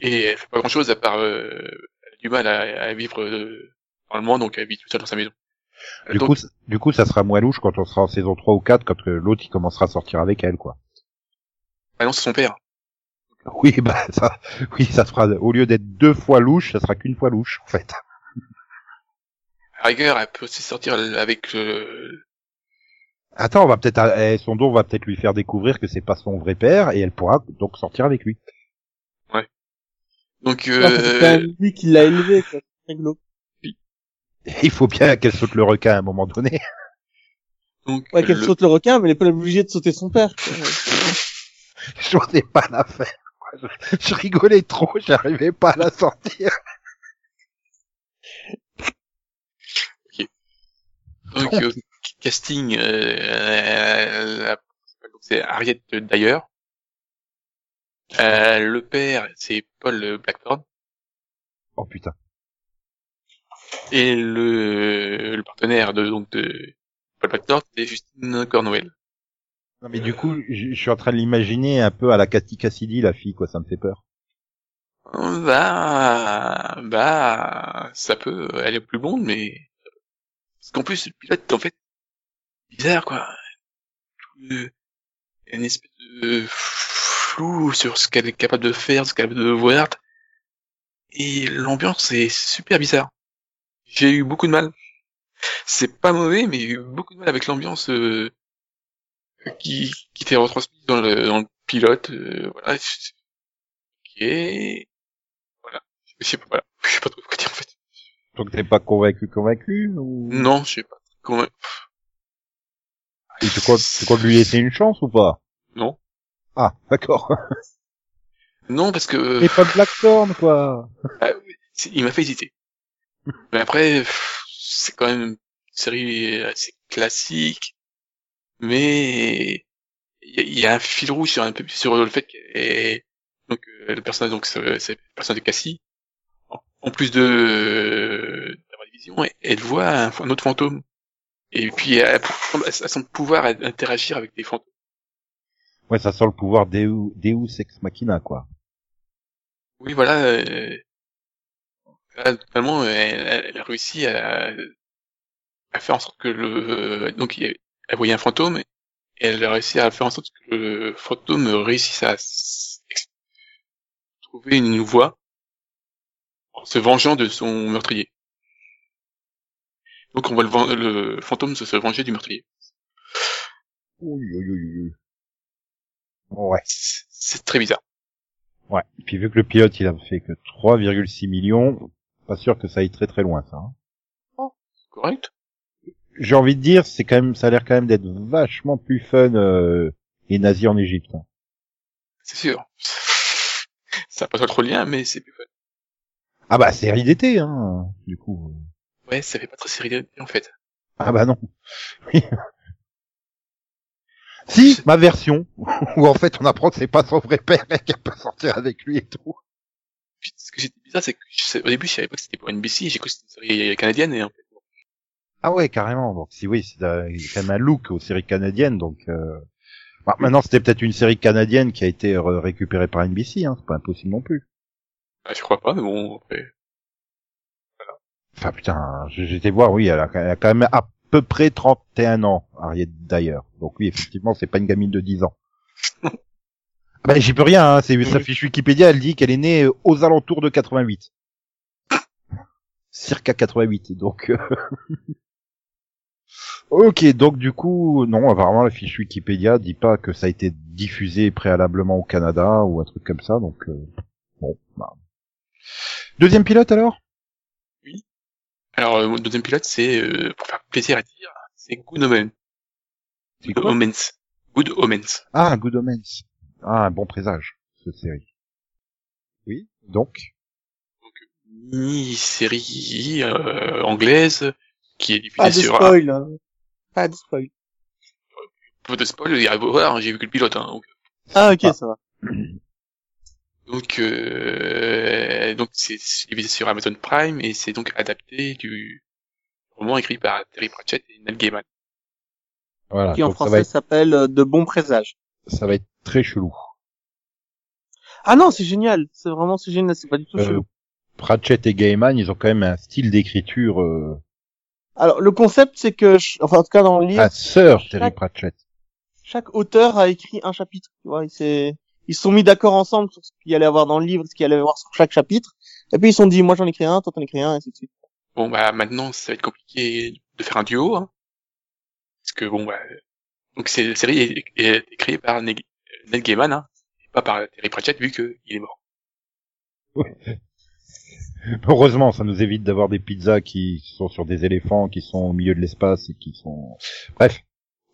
Speaker 2: Et elle fait pas grand-chose à part... euh, elle a du mal à, à vivre euh, dans le monde, donc elle vit tout seule dans sa maison.
Speaker 1: Du
Speaker 2: Donc,
Speaker 1: coup, c- du coup, ça sera moins louche quand on sera en saison 3 ou 4, quand euh, l'autre il commencera à sortir avec elle, quoi.
Speaker 2: bah non, c'est son père.
Speaker 1: Oui, bah ça, oui, ça sera au lieu d'être deux fois louche, ça sera qu'une fois louche, en fait.
Speaker 2: À la rigueur, elle peut aussi sortir avec euh, le...
Speaker 1: Attends, on va peut-être, eh, son don va peut-être lui faire découvrir que c'est pas son vrai père et elle pourra donc sortir avec lui.
Speaker 2: Donc,
Speaker 4: Non, Ah, C'est quand
Speaker 2: euh...
Speaker 4: même lui qui l'a élevé, quoi. C'est rigolo.
Speaker 1: Il faut bien qu'elle saute le requin à un moment donné.
Speaker 2: donc
Speaker 4: Ouais, qu'elle
Speaker 2: le-
Speaker 4: saute le requin, mais elle est pas obligée de sauter son père. quoi.
Speaker 1: J'en ai pas l'affaire. quoi. Je, je rigolais trop, j'arrivais pas à la sortir.
Speaker 2: Donc, euh, casting, euh, la- c'est Harriet Dyer. Euh, le père, c'est Paul Blackthorne.
Speaker 1: Oh putain.
Speaker 2: Et le, le partenaire de, donc, de Paul Blackthorne, c'est Justine Cornwell.
Speaker 1: Non mais du coup, je, je suis en train de l'imaginer un peu à la Cathy Cassidy, la fille, quoi. Ça me fait peur.
Speaker 2: Bah, bah, ça peut, elle est plus blonde, mais, parce qu'en plus, le pilote, en fait, bizarre, quoi. Euh, une espèce de flou sur ce qu'elle est capable de faire, ce qu'elle est capable de voir. Et l'ambiance est super bizarre. J'ai eu beaucoup de mal. C'est pas mauvais, mais j'ai eu beaucoup de mal avec l'ambiance euh, qui, qui était retransmise dans le, dans le pilote. euh, voilà. C'est- Ok. Voilà. Je sais pas, voilà. Je sais pas trop quoi dire en fait.
Speaker 1: Donc t'es pas convaincu, convaincu ou...
Speaker 2: Non, je sais pas. Comment...
Speaker 1: Et tu comptes, tu comptes lui laisser une chance ou pas
Speaker 2: Non.
Speaker 1: Ah, d'accord.
Speaker 2: Non, parce que...
Speaker 1: Et pas de Blackthorn, quoi.
Speaker 2: C'est- Il m'a fait hésiter. Mais après, pff, c'est quand même une série assez classique, mais il y, a- il y a un fil rouge sur, un peu, sur le fait que et- donc euh, le personnage donc c'est c'est le personnage de Cassie, en, en plus de euh, d'avoir des vision et elle voit un, un autre fantôme. Et puis elle, elle, elle semble pouvoir interagir avec des fantômes.
Speaker 1: Ouais, ça sent le pouvoir Deus, Deus Ex Machina, quoi.
Speaker 2: Oui, voilà. Euh, là, totalement, elle, elle a réussi à, à faire en sorte que le... euh, Donc il y a- elle voyait un fantôme et elle a réussi à faire en sorte que le fantôme réussisse à s- ex- trouver une voie en se vengeant de son meurtrier. Donc on voit le, ven- le fantôme se, se venger du meurtrier.
Speaker 1: Oui, oui, oui, oui. Ouais.
Speaker 2: C'est c'est très bizarre.
Speaker 1: Ouais. Puis vu que le pilote, il a fait que 3,6 millions, pas sûr que ça aille très très loin, ça. hein.
Speaker 2: Correct
Speaker 1: J'ai envie de dire, c'est quand même, ça a l'air quand même d'être vachement plus fun euh, les nazis en Égypte. hein.
Speaker 2: C'est sûr. Ça n'a pas trop le lien, mais c'est plus fun.
Speaker 1: Ah bah, série d'été, hein, du coup.
Speaker 2: Ouais, ça fait pas très série D, en fait.
Speaker 1: Ah bah non. Oui. si, ma version, où en fait on apprend que c'est pas son vrai père et qu'elle peut sortir avec lui et tout.
Speaker 2: Puis, ce que j'étais bizarre, c'est que je sais- au début, je savais pas que c'était pour NBC, j'ai cru que c'était une série euh, canadienne, hein. et en fait, bon,
Speaker 1: Ah ouais, carrément. Donc si oui, c'est euh, il y a quand même un look aux séries canadiennes. Donc euh... bah, maintenant c'était peut-être une série canadienne qui a été euh, récupérée par NBC. Hein. C'est pas impossible non plus.
Speaker 2: bah, je crois pas, mais bon, après,
Speaker 1: Enfin putain, j- j'étais voir. Oui, elle a, elle a quand même à peu près 31 ans, Harriet d'ailleurs. Donc oui, effectivement, c'est pas une gamine de 10 ans. Ah Ben j'y peux rien. Hein. C'est sa fiche Wikipédia. Elle dit qu'elle est née euh, aux alentours de 88. Circa 88, donc. euh, ok, donc du coup, non, apparemment la fiche Wikipédia dit pas que ça a été diffusé préalablement au Canada ou un truc comme ça, donc euh, bon. bah. Deuxième pilote alors
Speaker 2: Alors, euh, mon deuxième pilote, c'est, euh, pour faire plaisir à dire, c'est Good Omens.
Speaker 1: C'est
Speaker 2: Good Omens. Good Omens.
Speaker 1: Ah, Good Omens. Ah, un bon présage, cette série. Oui, donc
Speaker 2: Mini-série euh, anglaise qui est diffusée
Speaker 4: Pas de
Speaker 2: sur...
Speaker 4: spoil. hein. Pas de spoil.
Speaker 2: Pas de spoil, il y a- voilà, j'ai vu que le pilote. Hein, donc,
Speaker 4: Ah ok,
Speaker 1: Ah.
Speaker 4: ça va.
Speaker 2: donc, euh, donc c'est c'est diffusé sur Amazon Prime et c'est donc adapté du roman écrit par Terry Pratchett et Neil Gaiman.
Speaker 1: voilà.
Speaker 4: Qui en
Speaker 1: Ah, donc ça, va
Speaker 4: français
Speaker 1: être,
Speaker 4: s'appelle euh, De bons présages.
Speaker 1: ça va être très chelou.
Speaker 4: Ah non, c'est génial. C'est vraiment c'est génial. C'est pas du tout
Speaker 1: Euh,
Speaker 4: chelou.
Speaker 1: Pratchett et Gaiman, ils ont quand même un style d'écriture euh,
Speaker 4: Alors le concept, c'est que je- enfin en tout cas dans le livre,
Speaker 1: à sœur Terry
Speaker 4: Chaque-
Speaker 1: Pratchett.
Speaker 4: chaque auteur a écrit un chapitre. Tu vois, et c'est ils se sont mis d'accord ensemble sur ce qu'il y allait avoir dans le livre, ce qu'il y allait avoir sur chaque chapitre. Et puis ils se sont dit, moi j'en écris un, toi t'en écris un, et ainsi de suite.
Speaker 2: Bon, bah maintenant, ça va être compliqué de faire un duo. Hein, parce que, bon, bah... Donc, c'est la série est, est écrite par Neil Neil Gaiman, hein, et pas par Terry Pratchett vu qu'il est mort.
Speaker 1: Heureusement, ça nous évite d'avoir des pizzas qui sont sur des éléphants, qui sont au milieu de l'espace et qui sont. Bref.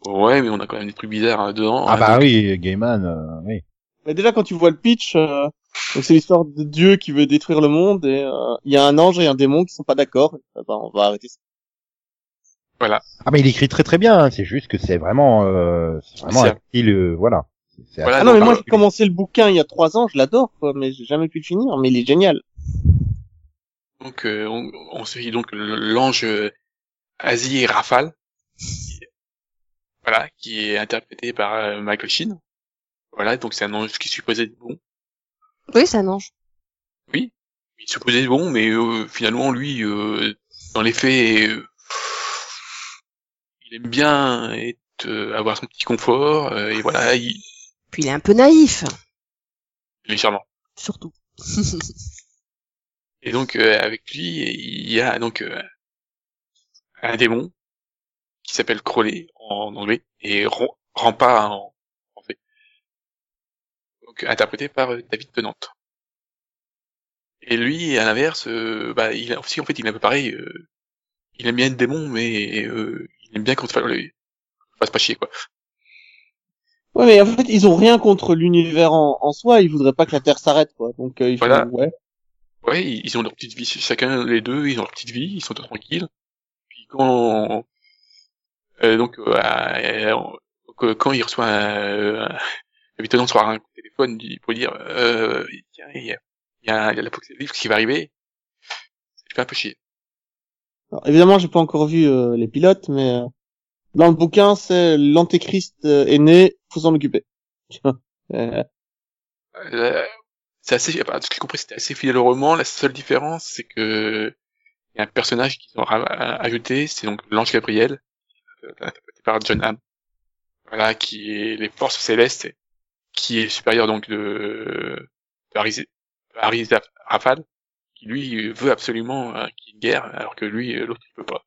Speaker 2: Ouais, mais on a quand même des trucs bizarres hein, dedans.
Speaker 1: Ah
Speaker 2: hein,
Speaker 1: bah
Speaker 2: donc-
Speaker 1: oui, Gaiman, euh, oui.
Speaker 4: Mais déjà quand tu vois le pitch, euh, donc c'est l'histoire de Dieu qui veut détruire le monde et euh, il y a un ange et un démon qui sont pas d'accord. Ah bah, on va arrêter. ça.
Speaker 1: Ah mais il écrit très très bien. hein, C'est juste que c'est vraiment, euh, c'est vraiment un
Speaker 2: Spécial.
Speaker 1: style, euh, voilà. C'est- c'est
Speaker 2: Voilà,
Speaker 4: Ah
Speaker 2: Ah
Speaker 4: non
Speaker 2: non,
Speaker 4: mais
Speaker 2: bah,
Speaker 4: moi
Speaker 2: oui.
Speaker 4: j'ai commencé le bouquin il y a trois ans, je l'adore, quoi, mais j'ai jamais pu le finir. Mais il est génial.
Speaker 2: Donc, euh, on, on suit donc le- l'ange euh, Asie Rafale, qui- voilà, qui est interprété par euh, Michael Sheen. Voilà, donc c'est un ange qui supposait être bon.
Speaker 3: Oui, ça mange.
Speaker 2: Il supposait être bon, mais euh, finalement, lui, euh, dans les faits, euh, il aime bien être, euh, avoir son petit confort, euh, et voilà, il,
Speaker 3: Puis il est un peu naïf,
Speaker 2: légèrement.
Speaker 3: surtout.
Speaker 2: Et donc, euh, avec lui, il y a donc euh, un démon qui s'appelle Crowley en anglais et Ron- Rampa en français. Donc, interprété par euh, David Tennant. Et lui, à l'inverse, euh, bah, il a aussi, en fait, il est un peu pareil. euh, il aime bien être démon, mais euh, il aime bien qu'on se fasse, qu'on se fasse pas chier, quoi.
Speaker 4: Ouais, mais en fait, ils ont rien contre l'univers en, en soi, ils voudraient pas que la Terre s'arrête, quoi. Donc, euh, ils
Speaker 2: Voilà.
Speaker 4: font, ouais.
Speaker 2: Ouais, ils ils ont leur petite vie, chacun les deux, ils ont leur petite vie, ils sont tranquilles. Puis quand euh, donc euh, euh, donc, euh, quand il reçoit un, euh, un- évidemment sur un téléphone il pour dire euh, tiens il y a, il y a un- il y a l'apocalypse qui va arriver, ça lui fait un peu chier.
Speaker 4: Alors, évidemment, j'ai pas encore vu euh, les pilotes, mais euh, dans le bouquin, c'est l'antéchrist euh, est né, faut s'en occuper. Tu vois, euh,
Speaker 2: Euh, c'est assez, enfin, ce que j'ai compris, c'était assez fidèle au roman. La seule différence, c'est que il y a un personnage qu'ils ont ra- ajouté, c'est donc l'ange Gabriel, euh, interprété par John Hamm. Voilà, qui est les forces célestes, qui est le supérieur donc de, de Harry, Harry Zaf- Rafal, qui lui veut absolument euh, qu'il y ait une guerre, alors que lui, euh, l'autre, il peut pas.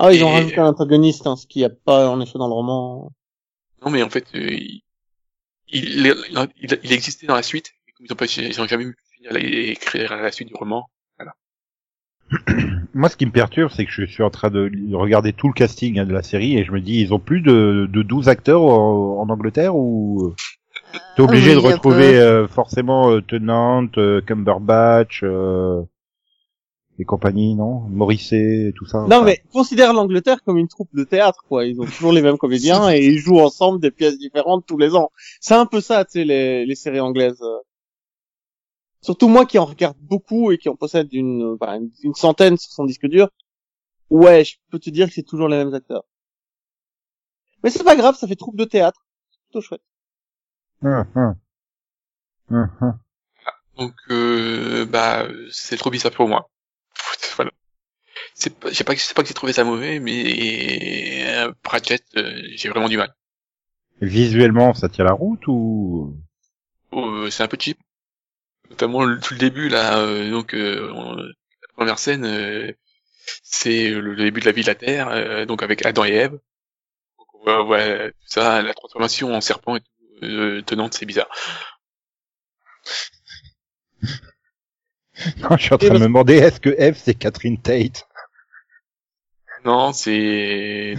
Speaker 4: Ah, ils ont
Speaker 2: Et-
Speaker 4: rajouté un antagoniste, hein, ce qu'il n'y a pas en effet dans le roman.
Speaker 2: Non, mais en fait, euh, il, il, il- il- il existait dans la suite, mais comme ils ont pas, ils ont jamais pu finir la- écrire la suite du roman,
Speaker 1: Moi, ce qui me perturbe, c'est que je suis en train de regarder tout le casting hein, de la série et je me dis, ils ont plus de, de 12 acteurs en, en Angleterre ou euh, t'es obligé
Speaker 3: Ah Oui,
Speaker 1: de
Speaker 3: un peu.
Speaker 1: retrouver euh, forcément euh, Tennant, euh, Cumberbatch euh, et compagnie, non Morrissey, tout ça.
Speaker 4: Non,
Speaker 1: enfin.
Speaker 4: mais considère l'Angleterre comme une troupe de théâtre, quoi. Ils ont toujours les mêmes comédiens et ils jouent ensemble des pièces différentes tous les ans. C'est un peu ça, tu sais, les, les séries anglaises. euh. Surtout moi qui en regarde beaucoup et qui en possède une, euh, bah, une, une centaine sur son disque dur. Ouais, je peux te dire que c'est toujours les mêmes acteurs. Mais c'est pas grave, ça fait troupe de théâtre. C'est plutôt chouette.
Speaker 1: Hum, hum. Hum, hum.
Speaker 2: Donc, euh, bah, euh, c'est trop bizarre pour moi. Voilà. C'est pas, j'ai pas, c'est pas que j'ai trouvé ça mauvais, mais euh, Pratchett, euh, j'ai vraiment du mal.
Speaker 1: Visuellement, ça tient la route ou
Speaker 2: Euh, c'est un peu cheap, notamment le- tout le début là. euh, donc, euh, on- la première scène, euh, c'est le, le début de la vie de la Terre, euh, donc avec Adam et Ève. Donc, on voit- ouais, tout ça, la transformation en serpent et tout, euh, tenante, c'est bizarre.
Speaker 1: Non, je suis en train de me demander est-ce que F c'est Catherine Tate
Speaker 2: Non, c'est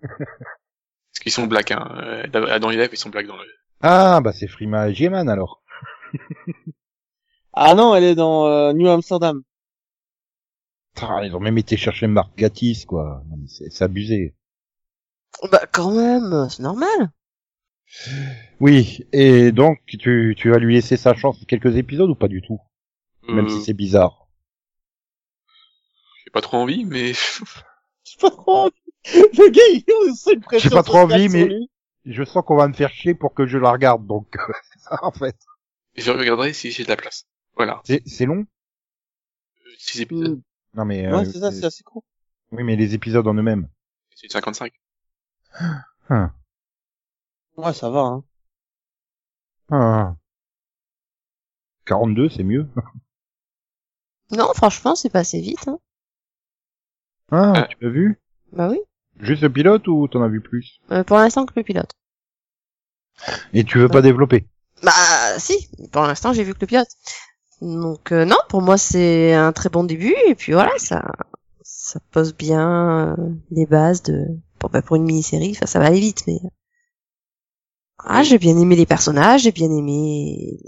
Speaker 2: parce qu'ils sont blacks. Hein. Euh, Adam et Ève, ils sont blacks dans le
Speaker 1: Ah, bah c'est Frima Gieman alors.
Speaker 4: Ah non, elle est dans euh, New Amsterdam.
Speaker 1: Putain, ils ont même été chercher Marc Gatiss quoi. Non, mais C'est c'est abusé.
Speaker 3: Bah quand même, c'est normal.
Speaker 1: Oui, et donc tu, tu vas lui laisser sa chance quelques épisodes ou pas du tout Même
Speaker 2: Euh,
Speaker 4: Mm.
Speaker 1: si c'est bizarre.
Speaker 2: J'ai pas trop envie, mais
Speaker 4: J'ai pas trop envie. Le gars, il a aussi une pression
Speaker 1: pas trop
Speaker 4: sociale
Speaker 1: envie,
Speaker 4: sur
Speaker 1: mais-
Speaker 4: lui.
Speaker 1: Je sens qu'on va me faire chier pour que je la regarde, donc c'est ça en fait.
Speaker 2: je regarderai si j'ai de la place. Voilà.
Speaker 1: C'est c'est long
Speaker 2: Euh, Six
Speaker 4: Mm.
Speaker 2: épisodes,
Speaker 1: Non mais... euh,
Speaker 4: Ouais, c'est ça, c'est assez cool.
Speaker 1: Oui, mais les épisodes en eux-mêmes.
Speaker 2: c'est 55.
Speaker 4: Ouais, ça va, hein.
Speaker 1: Ah. 42, c'est mieux.
Speaker 3: Non, franchement, c'est passé vite. Hein.
Speaker 1: Ah,
Speaker 2: Ah.
Speaker 1: tu l'as vu
Speaker 3: Bah oui.
Speaker 1: Juste le pilote ou t'en as vu plus
Speaker 3: Euh, pour l'instant que le pilote.
Speaker 1: Et tu veux
Speaker 4: Ah.
Speaker 1: pas développer
Speaker 3: Bah si, pour l'instant j'ai vu que le pilote. Donc euh, non, pour moi c'est un très bon début et puis voilà, ça ça pose bien euh, les bases de pour, bah, pour une mini-série, enfin ça va aller vite mais Ah, j'ai bien aimé les personnages, j'ai bien aimé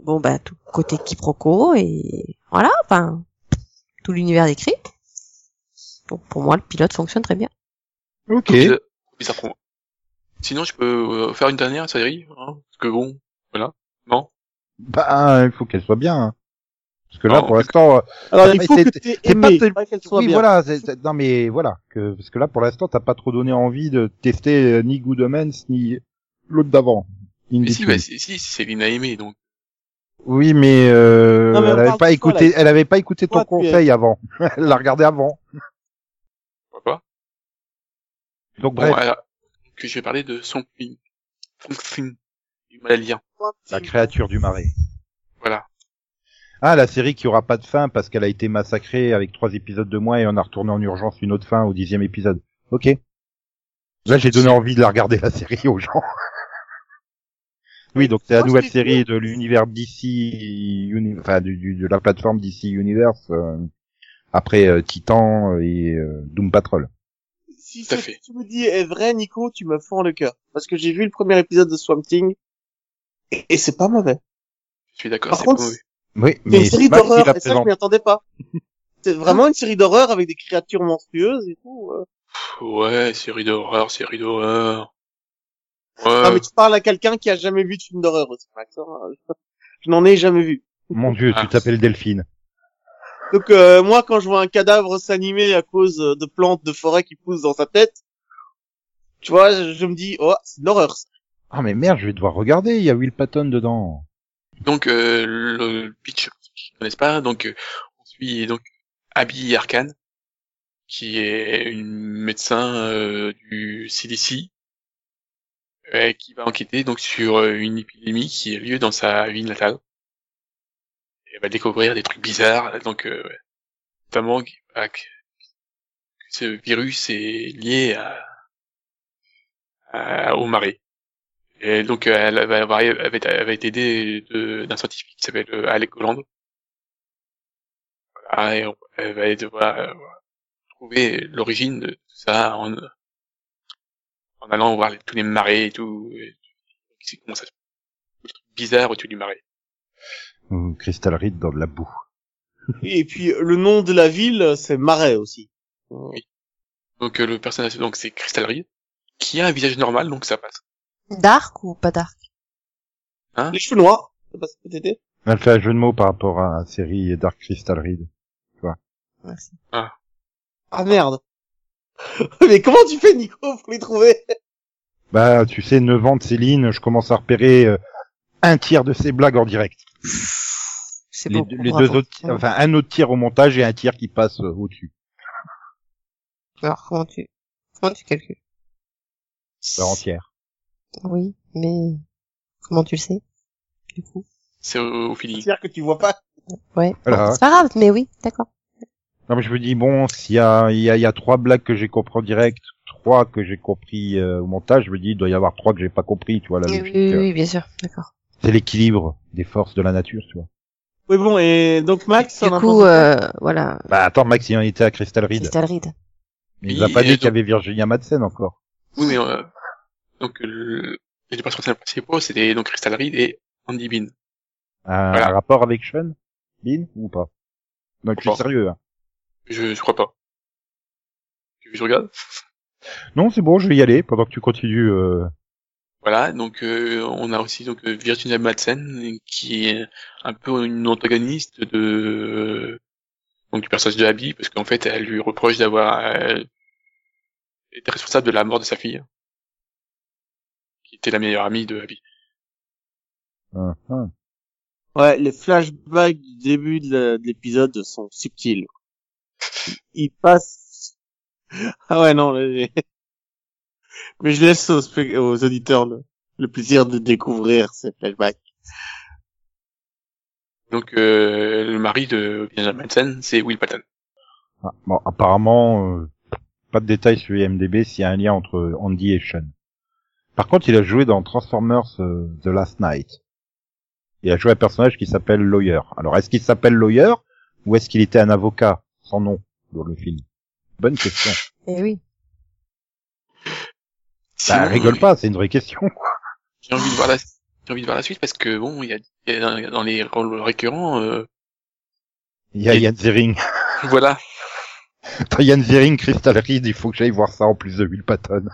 Speaker 3: bon bah tout le côté quiproquo et voilà, enfin tout l'univers décrit. Bon, pour moi le pilote fonctionne très bien.
Speaker 1: Ok.
Speaker 2: Trop bizarre- trop bizarre pour moi. Sinon, je peux euh, faire une dernière série, hein, parce que bon, voilà. Non.
Speaker 1: Bah, il faut qu'elle soit bien. hein. Parce
Speaker 4: Ah,
Speaker 1: que là,
Speaker 2: Non,
Speaker 1: pour
Speaker 2: mais-
Speaker 1: l'instant,
Speaker 4: Alors,
Speaker 1: Ah,
Speaker 4: il
Speaker 1: mais
Speaker 4: faut
Speaker 1: c'est-
Speaker 4: que t'aies
Speaker 1: c'est pas
Speaker 4: aimé.
Speaker 1: tel-
Speaker 4: pas qu'elle soit
Speaker 1: oui,
Speaker 4: bien.
Speaker 1: voilà. c'est- c'est- Non, mais voilà, que, parce que là, pour l'instant, t'as pas trop donné envie de tester euh, ni Good Omens ni l'autre d'avant. In
Speaker 2: Mais si,
Speaker 1: Between.
Speaker 2: bah, si, si, c'est Lina Aimé, donc.
Speaker 1: Oui, mais, euh,
Speaker 4: Non, mais on
Speaker 1: elle avait
Speaker 4: parle
Speaker 1: pas
Speaker 4: de toi,
Speaker 1: écouté,
Speaker 4: là.
Speaker 1: elle avait pas écouté ton
Speaker 4: Toi, tu es-
Speaker 1: conseil avant. elle l'a regardé avant.
Speaker 2: Pourquoi pas
Speaker 1: Donc
Speaker 2: Bon,
Speaker 1: bref,
Speaker 2: alors, que je vais parler de son film. Son film. Du mal à lire.
Speaker 1: la créature du marais.
Speaker 2: Voilà.
Speaker 1: Ah, la série qui aura pas de fin parce qu'elle a été massacrée avec trois épisodes de moins et on a retourné en urgence une autre fin au dixième épisode. Ok. Là, j'ai donné envie de la regarder la série aux gens. oui, donc c'est la
Speaker 4: Oh,
Speaker 1: nouvelle
Speaker 4: c'est
Speaker 1: série de l'univers DC, Uni- enfin du, du- de la plateforme DC Universe euh, après euh, Titan et euh, Doom Patrol.
Speaker 4: Si
Speaker 2: Tout à
Speaker 4: ce
Speaker 2: fait.
Speaker 4: que tu me dis est vrai, Nico, tu me fends le cœur. Parce que j'ai vu le premier épisode de Swamp Thing. Et, et c'est pas mauvais.
Speaker 2: Je suis d'accord,
Speaker 4: Par
Speaker 2: c'est pas
Speaker 4: contre,
Speaker 2: mauvais.
Speaker 1: Oui,
Speaker 4: C'est une
Speaker 1: mais
Speaker 4: série
Speaker 1: c'est pas ce qu'il
Speaker 4: d'horreur,
Speaker 1: a
Speaker 4: et ça, je
Speaker 1: présent.
Speaker 4: m'y attendais pas. c'est vraiment une série d'horreur avec des créatures monstrueuses et tout. euh.
Speaker 2: Pff, Ouais, série d'horreur, série d'horreur. Ouais.
Speaker 1: Euh.
Speaker 4: Ah, mais tu parles à quelqu'un qui a jamais vu de film d'horreur aussi, Max, hein. Je n'en ai jamais vu.
Speaker 1: Mon Dieu,
Speaker 2: Ah.
Speaker 1: tu t'appelles Delphine.
Speaker 4: Donc euh, moi, quand je vois un cadavre s'animer à cause euh, de plantes de forêt qui poussent dans sa tête, tu vois, je, je me dis, oh, c'est de l'horreur. ça.
Speaker 1: Ah mais merde, je vais devoir regarder, il y a Will Patton dedans.
Speaker 2: Donc euh, le pitch, pour ceux qui ne connaissent pas, donc euh, on suit donc Abby Arkan, qui est une médecin euh, du CDC, euh, qui va enquêter donc sur euh, une épidémie qui a lieu dans sa ville natale. Et elle va découvrir des trucs bizarres, donc euh, ouais. notamment qu- à que que ce virus est lié à, à- au marais. Et donc, euh, elle va, avoir- elle va être- elle va être aidée de- d'un scientifique qui s'appelle euh, Alec Holland. Voilà, et on- elle va devoir euh, trouver l'origine de tout ça en, en allant voir les- tous les marais et tout. et c'est comment ça se le truc bizarre au-dessus du marais.
Speaker 1: Ou Crystal Reed dans de la boue.
Speaker 4: Et puis euh, le nom de la ville, euh, c'est Marais aussi. Ah.
Speaker 2: Donc, euh, le personnage, donc, c'est Crystal Reed, qui a un visage normal, donc ça passe.
Speaker 3: Dark ou pas dark
Speaker 4: Les cheveux noirs, c'est pas ça que t'étais
Speaker 1: Elle fait un jeu de mots par rapport à la série Dark Crystal Reed.
Speaker 4: Ah merde. Mais comment tu fais, Nico, pour les trouver
Speaker 1: Bah tu sais, 9 ans de Céline, je commence à repérer euh, un tiers de ses blagues en direct.
Speaker 3: C'est
Speaker 1: les,
Speaker 3: beaucoup,
Speaker 1: les deux
Speaker 3: bravo.
Speaker 1: autres, ti- enfin un autre tir au montage et un tir qui passe euh, au-dessus.
Speaker 3: Alors comment tu comment tu calcules
Speaker 1: Leur entière.
Speaker 3: Oui, mais comment tu le sais Du coup,
Speaker 2: C'est au, au feeling.
Speaker 4: C'est-à-dire que tu vois pas.
Speaker 3: ouais.
Speaker 1: Voilà.
Speaker 3: C'est pas grave, mais oui, d'accord.
Speaker 1: Non mais je me dis bon, s'il y a, il y a, il y a trois blagues que j'ai compris en direct, trois que j'ai compris euh, au montage, je me dis il doit y avoir trois que j'ai pas compris, tu vois la
Speaker 3: Eh Oui,
Speaker 1: logique.
Speaker 3: oui,
Speaker 1: euh,
Speaker 3: oui, bien sûr, d'accord.
Speaker 1: C'est l'équilibre des forces de la nature, tu vois.
Speaker 4: Oui, bon, et donc Max,
Speaker 3: Du
Speaker 4: on a
Speaker 3: coup,
Speaker 4: pensé-
Speaker 3: euh, voilà,
Speaker 1: Bah attends, Max il en était à Crystal Reed.
Speaker 3: Crystal Reed.
Speaker 1: Mais il nous a
Speaker 2: Oui,
Speaker 1: pas
Speaker 2: et
Speaker 1: dit qu'il y
Speaker 2: donc-
Speaker 1: avait Virginia Madsen encore.
Speaker 2: Oui, mais euh, donc le, les deux personnages principaux, c'était donc Crystal Reed et Andy Bean.
Speaker 1: Un
Speaker 2: Voilà.
Speaker 1: rapport avec Sean Bean ou pas Non, je suis
Speaker 2: Pas.
Speaker 1: sérieux. hein.
Speaker 2: Je, je crois pas. Tu veux que je regarde
Speaker 1: Non, c'est bon, je vais y aller pendant que tu continues. euh.
Speaker 2: Voilà, donc euh, on a aussi donc euh, Virginia Madsen qui est un peu une antagoniste de euh, donc du personnage de Abby parce qu'en fait elle lui reproche d'avoir euh, été responsable de la mort de sa fille qui était la meilleure amie de Abby.
Speaker 1: Hum, hum.
Speaker 4: Ouais, les flashbacks du début de la- de l'épisode sont subtils. Ils passent... Ah ouais, non, mais, mais je laisse aux, spect- aux auditeurs le... le plaisir de découvrir ces flashbacks.
Speaker 2: Donc euh, le mari de Virginia Madsen c'est Will Patton.
Speaker 1: Ah, bon, apparemment, euh, pas de détails sur IMDb s'il y a un lien entre Andy et Sean. Par contre, il a joué dans Transformers euh, The Last Night. Il a joué un personnage qui s'appelle Lawyer. Alors, est-ce qu'il s'appelle Lawyer ou est-ce qu'il était un avocat sans nom dans le film Bonne question.
Speaker 3: Eh oui.
Speaker 1: Bah,
Speaker 2: Sinon,
Speaker 1: rigole pas, c'est une vraie question.
Speaker 2: J'ai envie de voir la, j'ai envie de voir la suite parce que bon, il y a, il y a dans les rôles récurrents, euh,
Speaker 1: Il y a
Speaker 2: Et-
Speaker 1: Yann Zering.
Speaker 2: voilà.
Speaker 1: Attends, Yann Zering, Crystal Reed, il faut que j'aille voir ça en plus de Will Patton.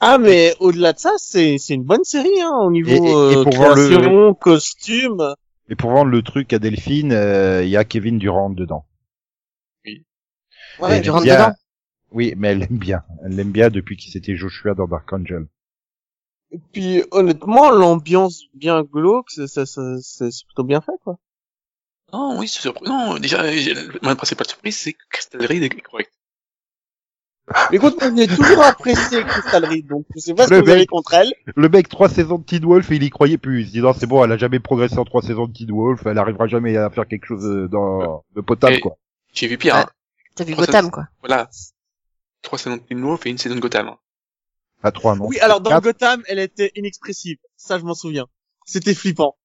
Speaker 4: Ah, mais au-delà de ça, c'est c'est une bonne série, hein, au niveau
Speaker 1: Et- et- et
Speaker 4: euh,
Speaker 1: pour voir le-
Speaker 4: création, costume...
Speaker 1: Et pour vendre le truc à Delphine, euh, il y a Kevin Durant dedans.
Speaker 3: Ouais,
Speaker 1: Elle
Speaker 3: tu rentres
Speaker 1: aime bien-
Speaker 3: dedans.
Speaker 1: Oui, mais elle l'aime bien. Elle l'aime bien depuis qu'il s'était Joshua dans Dark Angel.
Speaker 4: Et puis honnêtement, l'ambiance bien glauque, c'est ça, ça, c'est c'est plutôt bien fait quoi.
Speaker 2: Non, oui, c'est surprenant. Déjà, j'ai- ma principale surprise, c'est que Crystal Reed est correct.
Speaker 4: Mais écoute, moi je n'ai toujours apprécié Crystal Reed, donc je sais pas ce
Speaker 1: Le
Speaker 4: que vous avez
Speaker 1: mec.
Speaker 4: contre elle.
Speaker 1: Le mec, trois saisons de Teen Wolf, et il y croyait plus. Il se dit, non, c'est bon, elle a jamais progressé en trois saisons de Teen Wolf, elle arrivera jamais à faire quelque chose de, dans, de potable,
Speaker 2: Et-
Speaker 1: quoi.
Speaker 2: J'ai vu pire.
Speaker 3: Ouais.
Speaker 2: hein.
Speaker 3: T'as vu
Speaker 2: Trois
Speaker 3: Gotham, quoi.
Speaker 2: Voilà. Trois saisons de Teen Wolf et une saison de Gotham. hein.
Speaker 1: À trois, non.
Speaker 4: Oui, alors dans
Speaker 1: Quatre.
Speaker 4: Gotham, elle était inexpressive, ça je m'en souviens. C'était flippant.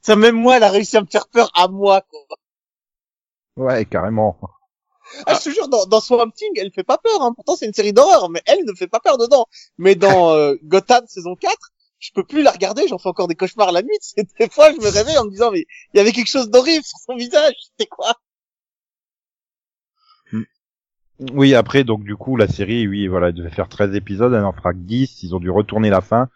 Speaker 4: Ça même moi, elle a réussi à me faire peur à moi quoi.
Speaker 1: Ouais, carrément.
Speaker 4: Ah, je te jure, dans, dans Swamp Thing, elle fait pas peur. Hein. Pourtant, c'est une série d'horreur, mais elle ne fait pas peur dedans. Mais dans euh, Gotham saison 4, je peux plus la regarder. J'en fais encore des cauchemars la nuit. C'est des fois, je me réveille en me disant, mais il y avait quelque chose d'horrible sur son visage. C'était quoi
Speaker 1: Oui, après, donc, du coup, la série, oui, voilà, elle devait faire 13 épisodes, elle en fera que 10, ils ont dû retourner la fin.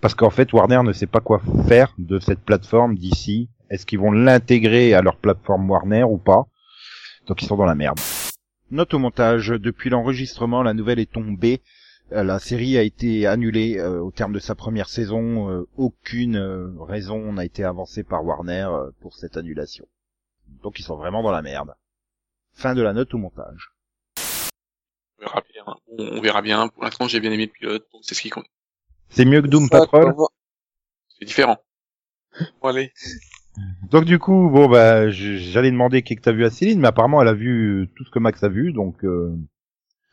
Speaker 1: parce qu'en fait Warner ne sait pas quoi faire de cette plateforme d'ici. Est-ce qu'ils vont l'intégrer à leur plateforme Warner ou pas Donc ils sont dans la merde. Note au montage, depuis l'enregistrement, la nouvelle est tombée. Euh, La série a été annulée euh, au terme de sa première saison. Euh, aucune euh, raison n'a été avancée par Warner euh, pour cette annulation. Donc ils sont vraiment dans la merde. Fin de la note au montage.
Speaker 2: On verra bien. On, on verra bien. Pour l'instant, j'ai bien aimé le pilote, donc c'est ce qui compte.
Speaker 1: C'est mieux que Doom
Speaker 4: Ça,
Speaker 1: Patrol.
Speaker 4: comment-
Speaker 2: C'est différent. Bon, allez.
Speaker 1: Donc du coup, bon bah, j- j'allais demander qu'est-ce que t'as vu à Céline, mais apparemment elle a vu euh, tout ce que Max a vu, donc euh,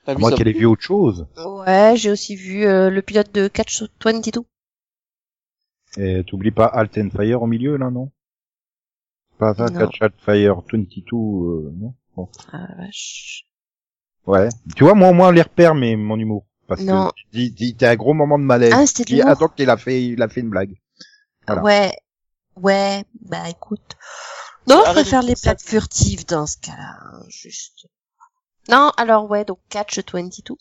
Speaker 4: T'as
Speaker 1: à
Speaker 3: Ah
Speaker 4: vu
Speaker 1: moins
Speaker 4: ça
Speaker 1: qu'elle ait vu autre chose.
Speaker 3: Ouais, j'ai aussi vu euh, le pilote de Catch 22.
Speaker 1: Et t'oublies pas Alt and Fire au milieu là, non Pas ça,
Speaker 3: Non.
Speaker 1: Catch Alt Fire 22, euh, non
Speaker 3: Ah, la vache.
Speaker 1: Ouais. Tu vois, moi au moins les repères, mais mon humour. Parce
Speaker 3: Non.
Speaker 1: que tu dis, dis- t'as un gros moment de malaise.
Speaker 3: Ah, c'était de
Speaker 1: Tu dis,
Speaker 3: l'humour.
Speaker 1: attends qu'il a fait, il a fait une blague. Voilà.
Speaker 3: Ouais, ouais, bah écoute. Non, Ah, je
Speaker 4: Arrête
Speaker 3: préfère
Speaker 4: de
Speaker 3: les
Speaker 4: dire ça.
Speaker 3: plates furtives dans ce cas-là, hein, juste. Non, alors ouais, donc Catch 22,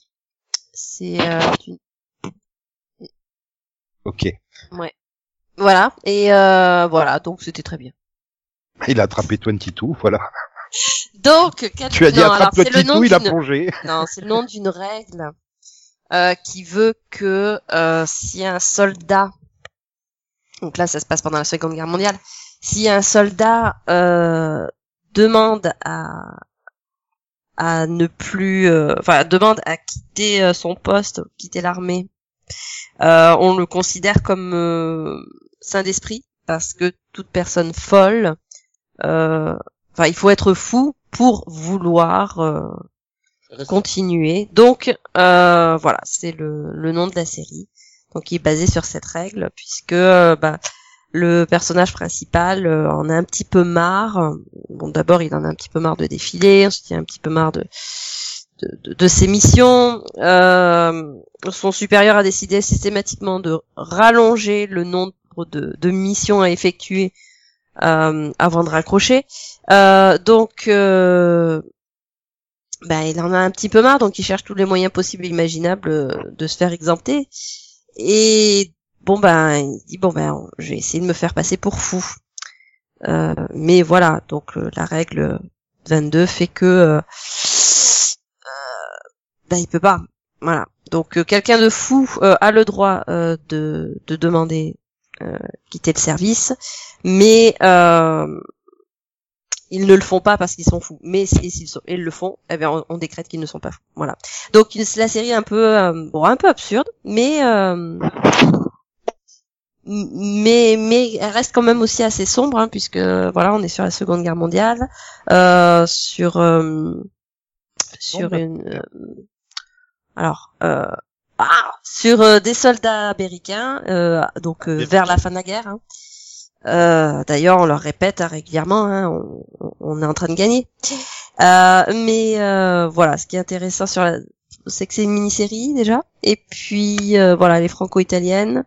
Speaker 3: c'est euh, une-
Speaker 1: Ok.
Speaker 3: Voilà, et euh, voilà, donc c'était très bien.
Speaker 1: Il a attrapé 22, voilà.
Speaker 3: Donc, Catch...
Speaker 1: Tu as dit
Speaker 3: non, alors
Speaker 1: attrape
Speaker 3: c'est le nom
Speaker 1: 22, il a
Speaker 3: d'une-
Speaker 1: plongé.
Speaker 3: Non, c'est le nom d'une règle euh, qui veut que euh, si un soldat, donc là ça se passe pendant la Seconde Guerre mondiale, si un soldat euh, demande à à ne plus, euh, enfin demande à quitter euh, son poste, quitter l'armée, euh, on le considère comme euh, saint d'esprit parce que toute personne folle, euh, enfin il faut être fou pour vouloir euh, continuer. Donc euh, voilà, c'est le, le nom de la série. Donc il est basé sur cette règle puisque euh, bah, le personnage principal euh, en a un petit peu marre. Bon d'abord il en a un petit peu marre de défiler, ensuite il a un petit peu marre de de, de- de ses missions. Euh, son supérieur a décidé systématiquement de rallonger le nombre de, de missions à effectuer euh, avant de raccrocher. Euh, donc euh, ben, il en a un petit peu marre, donc il cherche tous les moyens possibles et imaginables euh, de se faire exempter. Et bon ben, il dit bon ben, on- je vais essayer de me faire passer pour fou. Euh, mais voilà, donc euh, la règle 22 fait que euh, euh, ben il peut pas. Voilà. Donc euh, quelqu'un de fou euh, a le droit euh, de, de demander euh, quitter le service, mais euh, ils ne le font pas parce qu'ils sont fous. Mais si- s'ils sont- ils le font, eh bien, on, on décrète qu'ils ne sont pas fous. Voilà. Donc une- la série est un peu, euh, bon, un peu absurde, mais euh, m- mais mais elle reste quand même aussi assez sombre, hein, puisque voilà, on est sur la Seconde Guerre mondiale, euh, sur euh, sur
Speaker 1: Sombre.
Speaker 3: une euh, alors euh, ah, sur euh, des soldats américains, euh, donc euh,
Speaker 1: Des
Speaker 3: vers la fin de la guerre. hein. Euh, D'ailleurs, on leur répète hein, régulièrement, hein, on, on- on est en train de gagner. Euh, mais euh, voilà, ce qui est intéressant sur la, c'est que c'est une mini-série déjà, et puis euh, voilà, les franco-italiennes,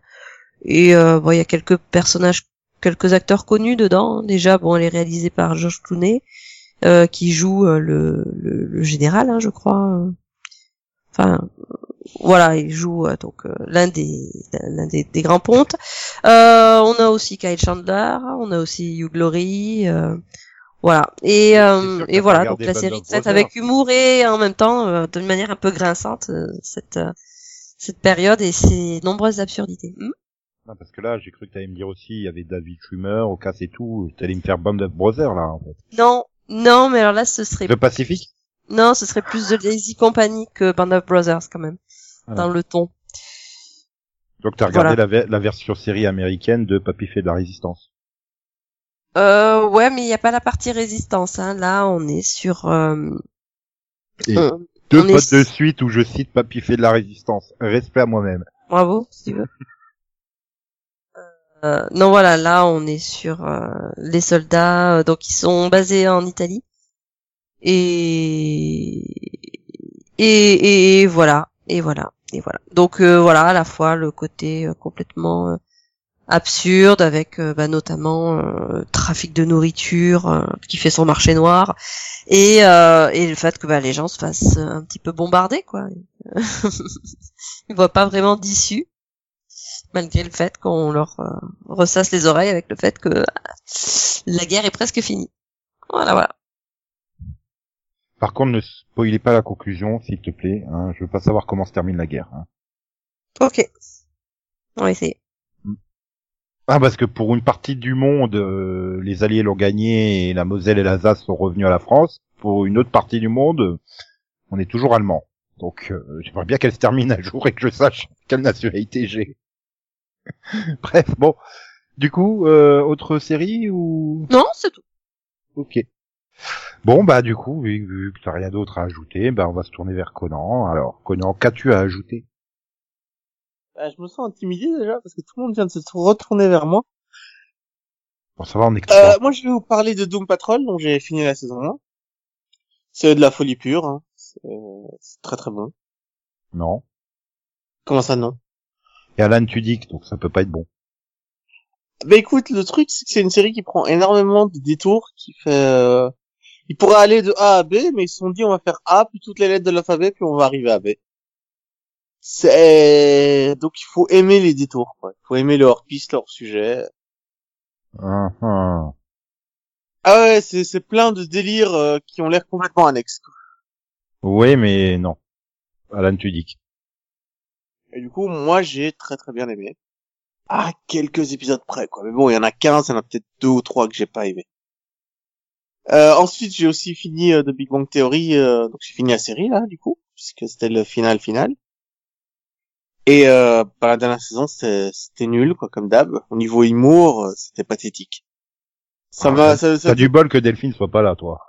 Speaker 3: et euh, bon, il y a quelques personnages, quelques acteurs connus dedans. Déjà, bon, elle est réalisée par Georges Clooney, euh, qui joue euh, le, le, le général, hein, je crois. euh. Enfin, voilà, il joue euh, donc euh, l'un des l'un des, des grands pontes. Euh, on a aussi Kyle Chandler, on a aussi Hugh Glory, euh, voilà. Et euh,
Speaker 1: C'est sûr que
Speaker 3: et
Speaker 1: t'as
Speaker 3: voilà,
Speaker 1: regardé
Speaker 3: donc la
Speaker 1: Band
Speaker 3: série
Speaker 1: of
Speaker 3: traite
Speaker 1: Brothers.
Speaker 3: avec humour et en même temps euh, d'une manière un peu grinçante euh, cette euh, cette période et ses nombreuses absurdités. Hmm
Speaker 1: Non, parce que là, j'ai cru que t'allais me dire aussi, il y avait David Schumer, Ocas et tout. T'allais me faire Band of Brothers, là, en fait.
Speaker 3: non, non, mais alors là ce serait
Speaker 1: Le Pacifique?
Speaker 3: non, ce serait plus de Lazy Company que Band of Brothers quand même
Speaker 1: Ah.
Speaker 3: dans le ton.
Speaker 1: Donc t'as regardé la, ver- la version série américaine de Papy fait de la résistance.
Speaker 3: Euh, ouais, mais il n'y a pas la partie résistance. Hein. Là, on est sur. euh,
Speaker 1: Et-
Speaker 3: on-
Speaker 1: Deux
Speaker 3: On est-
Speaker 1: potes de suite où je cite Papy fait de la résistance. Respect à moi-même.
Speaker 3: Bravo, si tu veux. Euh, non, voilà, là, on est sur euh, les soldats. euh, donc, ils sont basés en Italie. Et et, et voilà, et voilà, et voilà. Donc euh, voilà, à la fois le côté euh, complètement euh, absurde avec euh, bah, notamment euh, trafic de nourriture euh, qui fait son marché noir et, euh, et le fait que bah, les gens se fassent un petit peu bombarder quoi. Ils voient pas vraiment d'issue. malgré le fait qu'on leur euh, ressasse les oreilles avec le fait que ah, la guerre est presque finie. Voilà, voilà.
Speaker 1: Par contre, ne spoilez pas la conclusion, s'il te plaît. Hein. Je veux pas savoir comment se termine la guerre. hein.
Speaker 3: Ok. On va essayer.
Speaker 1: Ah, parce que pour une partie du monde, euh, les Alliés l'ont gagné et la Moselle et l'Alsace sont revenus à la France. Pour une autre partie du monde, euh, on est toujours allemand. Donc, euh, j'aimerais bien qu'elle se termine un jour et que je sache quelle nationalité j'ai. Bref, bon. Du coup, euh, autre série ou...
Speaker 3: Non, c'est tout.
Speaker 1: Ok. Bon, bah du coup, vu, vu que t'as rien d'autre à ajouter, bah on va se tourner vers Conan. Alors, Conan, qu'as-tu à ajouter
Speaker 4: Bah, je me sens intimidé déjà parce que tout le monde vient de se retourner vers moi.
Speaker 1: Bon, ça va, on est
Speaker 4: Euh, moi, je vais vous parler de Doom Patrol, dont j'ai fini la saison 1. C'est de la folie pure. hein. C'est c'est très très bon.
Speaker 1: Non.
Speaker 4: Comment ça, non
Speaker 1: Et Alan Tudyk, donc ça peut pas être bon.
Speaker 4: Bah écoute, le truc, c'est que c'est une série qui prend énormément de détours, qui fait... euh, Ils pourraient aller de A à B, mais ils se sont dit, on va faire A, puis toutes les lettres de l'alphabet, puis on va arriver à B. C'est... Donc il faut aimer les détours, quoi. Il faut aimer le hors-piste, le hors-sujet.
Speaker 1: Hein, hein.
Speaker 4: Ah ouais, c'est c'est plein de délires euh, qui ont l'air complètement annexes. quoi.
Speaker 1: Oui, mais non. Alan Tudyk.
Speaker 4: Et du coup, moi, j'ai très très bien aimé. À quelques épisodes près, quoi. Mais bon, il y en a 15, il y en a peut-être deux ou trois que j'ai pas aimé. Euh, ensuite, j'ai aussi fini euh, The Big Bang Theory, euh, donc j'ai fini la série, là, du coup, puisque c'était le final final. Et euh, bah, la dernière saison, c'était c'était nul, quoi, comme d'hab. Au niveau humour, euh, c'était pathétique. Ça
Speaker 1: Ah,
Speaker 4: m'a... Ça, ça-
Speaker 1: T'as du bol que Delphine soit pas là, toi.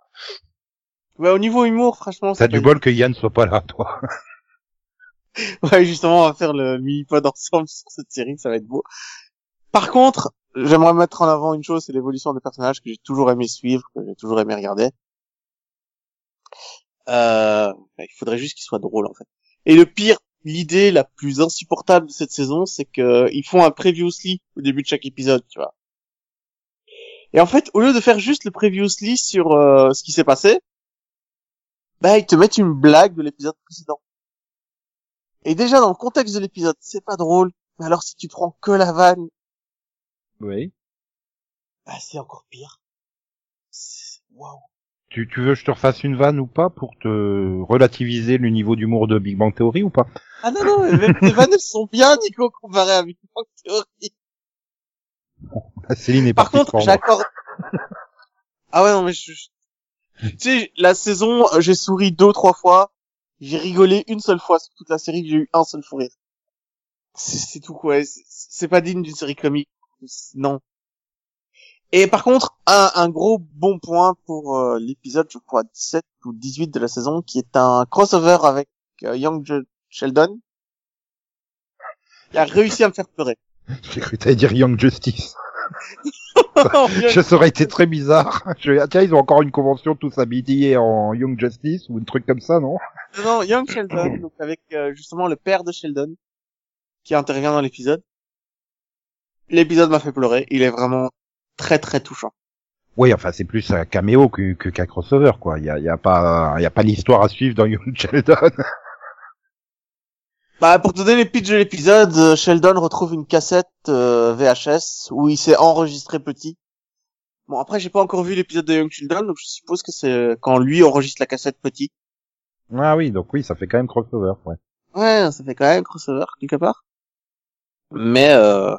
Speaker 4: Ouais, au niveau humour, franchement...
Speaker 1: T'as
Speaker 4: c'est
Speaker 1: du
Speaker 4: pas-
Speaker 1: bol que Yann soit pas là, toi.
Speaker 4: Ouais, justement, on va faire le mini-pod ensemble sur cette série, ça va être beau. Par contre, j'aimerais mettre en avant une chose, c'est l'évolution des personnages que j'ai toujours aimé suivre, que j'ai toujours aimé regarder. Euh, il faudrait juste qu'ils soient drôles, en fait. Et le pire, l'idée la plus insupportable de cette saison, c'est que ils font un previously au début de chaque épisode, tu vois. Et en fait, au lieu de faire juste le previously sur euh, ce qui s'est passé, bah, ils te mettent une blague de l'épisode précédent. Et déjà dans le contexte de l'épisode, c'est pas drôle. Mais alors si tu prends que la vanne,
Speaker 1: Oui.
Speaker 4: bah c'est encore pire. C'est- Waouh.
Speaker 1: Tu, tu veux que je te refasse une vanne ou pas pour te relativiser le niveau d'humour de Big Bang Theory ou pas
Speaker 4: Ah non non, les, les vannes elles sont bien Nico comparé à Big Bang Theory.
Speaker 1: Ah, Céline est
Speaker 4: Par
Speaker 1: partie
Speaker 4: contre,
Speaker 1: se prendre.
Speaker 4: j'accorde. Ah ouais non mais je. je- Tu sais, la saison, euh, j'ai souri deux trois fois. J'ai rigolé une seule fois sur toute la série. J'ai eu un seul fou rire. C'est c'est tout quoi. C'est- C'est pas digne d'une série comique. C'est- Non. Et par contre, un, un gros bon point pour euh, l'épisode, je crois, 17 ou 18 de la saison, qui est un crossover avec euh, Young Je- Sheldon, qui a réussi à me faire pleurer.
Speaker 1: J'ai cru que t'allais dire Young Justice. Je aurait été très bizarre. Je vais- ah, tiens, ils ont encore une convention tous habillés en Young Justice ou un truc comme ça, non
Speaker 4: Non, Young Sheldon, donc avec euh, justement le père de Sheldon, qui intervient dans l'épisode. L'épisode m'a fait pleurer, il est vraiment très très touchant.
Speaker 1: Oui, enfin, c'est plus un caméo que que- qu'un crossover, quoi. Il y a, il y a pas, il y a pas l'histoire à suivre dans Young Sheldon.
Speaker 4: Bah, pour te donner les pitchs de l'épisode, euh, Sheldon retrouve une cassette euh, VHS où il s'est enregistré petit. Bon, après, j'ai pas encore vu l'épisode de Young Sheldon, donc je suppose que c'est euh, quand lui enregistre la cassette petit.
Speaker 1: Ah oui, donc oui, ça fait quand même crossover, ouais.
Speaker 4: Ouais, ça fait quand même crossover, quelque part. Mais, euh...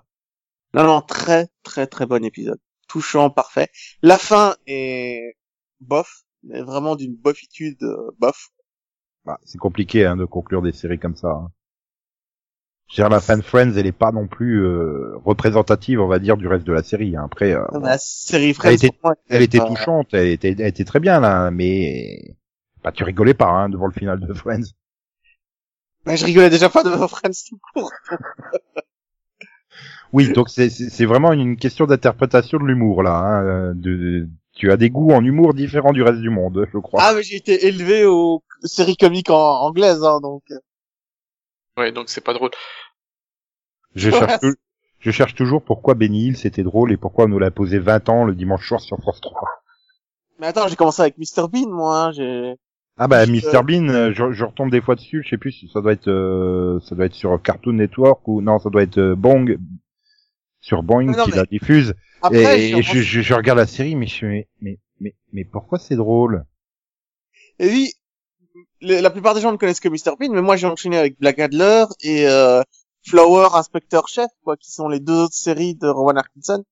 Speaker 4: non, non, très, très, très bon épisode. Touchant, parfait. La fin est bof, mais vraiment d'une bofitude euh, bof.
Speaker 1: Bah, c'est compliqué hein, de conclure des séries comme ça. Hein. Je veux dire, la fin de Friends, elle est pas non plus euh, représentative, on va dire, du reste de la série. hein. Après, euh,
Speaker 4: Non, mais la série Friends,
Speaker 1: était-
Speaker 4: pour moi,
Speaker 1: elle était
Speaker 4: pas-
Speaker 1: touchante, elle était, elle était très bien là, mais bah, tu rigolais pas hein, devant le final de Friends.
Speaker 4: Mais je rigolais déjà pas de Friends tout court.
Speaker 1: Oui, donc c'est- c'est c'est vraiment une question d'interprétation de l'humour là. hein, euh, de, de- tu as des goûts en humour différents du reste du monde, je crois.
Speaker 4: Ah, mais j'ai été élevé aux séries comiques en... anglaises, hein, donc. euh,
Speaker 2: Ouais, donc c'est pas drôle.
Speaker 1: je cherche, tou- je cherche toujours pourquoi Benny Hill c'était drôle et pourquoi on nous l'a posé 20 ans le dimanche soir sur France 3.
Speaker 4: Mais attends, j'ai commencé avec Mr Bean, moi, hein, j'ai...
Speaker 1: Ah bah
Speaker 4: Je-
Speaker 1: Mr Bean, euh, je, je retombe des fois dessus, je sais plus, si ça doit être euh, ça doit être sur Cartoon Network ou non, ça doit être euh, Bong sur Boing
Speaker 4: Ah non,
Speaker 1: qui
Speaker 4: mais-
Speaker 1: la diffuse
Speaker 4: Après,
Speaker 1: et,
Speaker 4: j'ai
Speaker 1: et je, je, je regarde la série mais je suis- mais mais mais, mais pourquoi c'est drôle
Speaker 4: Et oui, le- la plupart des gens ne connaissent que Mr. Bean, mais moi j'ai enchaîné avec Black Adler et euh, Flower Inspector Chef, quoi, qui sont les deux autres séries de Rowan Atkinson.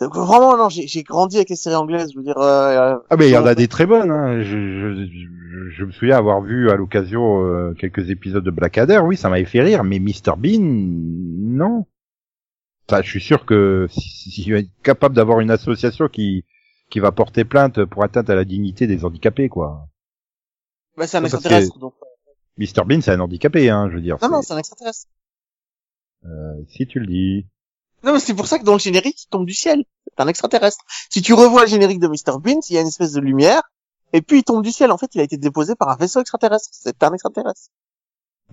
Speaker 4: Donc vraiment, non, j'ai j'ai grandi avec les séries anglaises, je veux dire. euh, euh,
Speaker 1: Ah mais il y en
Speaker 4: Comment
Speaker 1: a des très bonnes hein. je, je, je, je me souviens avoir vu à l'occasion euh, quelques épisodes de Blackadder, oui, ça m'avait fait rire mais Mr Bean non. Ça, je suis sûr que si, si, si je suis capable d'avoir une association qui qui va porter plainte pour atteinte à la dignité des handicapés quoi.
Speaker 4: bah, c'est un
Speaker 1: Parce que-
Speaker 4: extraterrestre, donc.
Speaker 1: Mr Bean, c'est un handicapé, hein, je veux dire.
Speaker 4: Non, non,
Speaker 1: c'est-
Speaker 4: c'est un extraterrestre.
Speaker 1: euh, si tu le dis.
Speaker 4: Non, mais c'est pour ça que dans le générique, il tombe du ciel. C'est un extraterrestre. Si tu revois le générique de Mr. Bean, il y a une espèce de lumière, et puis il tombe du ciel. En fait, il a été déposé par un vaisseau extraterrestre. C'est un extraterrestre.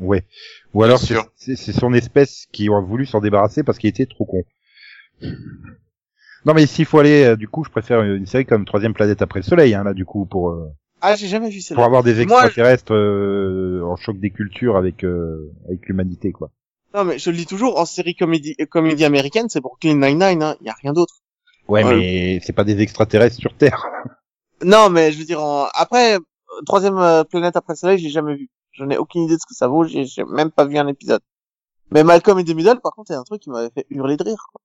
Speaker 1: Ouais. Ou alors,
Speaker 2: Bien
Speaker 1: c'est
Speaker 2: sûr.
Speaker 1: c'est- c'est son espèce qui a voulu s'en débarrasser parce qu'il était trop con. Non, mais s'il faut aller, euh, du coup, je préfère une série comme Troisième Planète après le Soleil, hein, là, du coup, pour euh,
Speaker 4: Ah, j'ai jamais vu celle-là.
Speaker 1: pour avoir des
Speaker 4: Moi, je-
Speaker 1: extraterrestres euh, en choc des cultures avec euh, avec l'humanité, quoi.
Speaker 4: Non, mais je le dis toujours, en série comédie, euh, comédie américaine, c'est pour Clean 99, hein. Il y a rien d'autre.
Speaker 1: Ouais,
Speaker 2: Ouais.
Speaker 1: mais c'est pas des extraterrestres sur Terre.
Speaker 4: Non, mais je veux dire, en... après, euh, troisième euh, planète après le soleil, j'ai jamais vu. J'en ai aucune idée de ce que ça vaut, j'ai j'ai même pas vu un épisode. Mais Malcolm et The Middle, par contre, c'est un truc qui m'avait fait hurler de rire, quoi.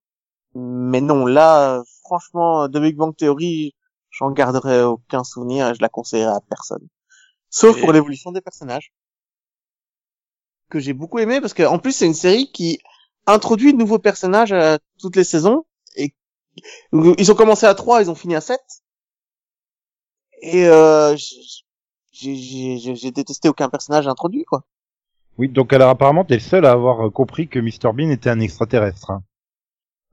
Speaker 4: Mais non, là, euh, franchement, The Big Bang Theory, j'en garderai aucun souvenir et je la conseillerais à personne. Sauf
Speaker 2: Et-
Speaker 4: pour l'évolution des personnages. Que j'ai beaucoup aimé parce que, en plus, c'est une série qui introduit de nouveaux personnages euh, toutes les saisons et ils ont commencé à 3, ils ont fini à 7. Et euh, j- j'ai- j'ai j'ai- j'ai détesté aucun personnage introduit, quoi.
Speaker 1: Oui, donc alors apparemment, t'es le seul à avoir euh, compris que Mr Bean était un extraterrestre. hein.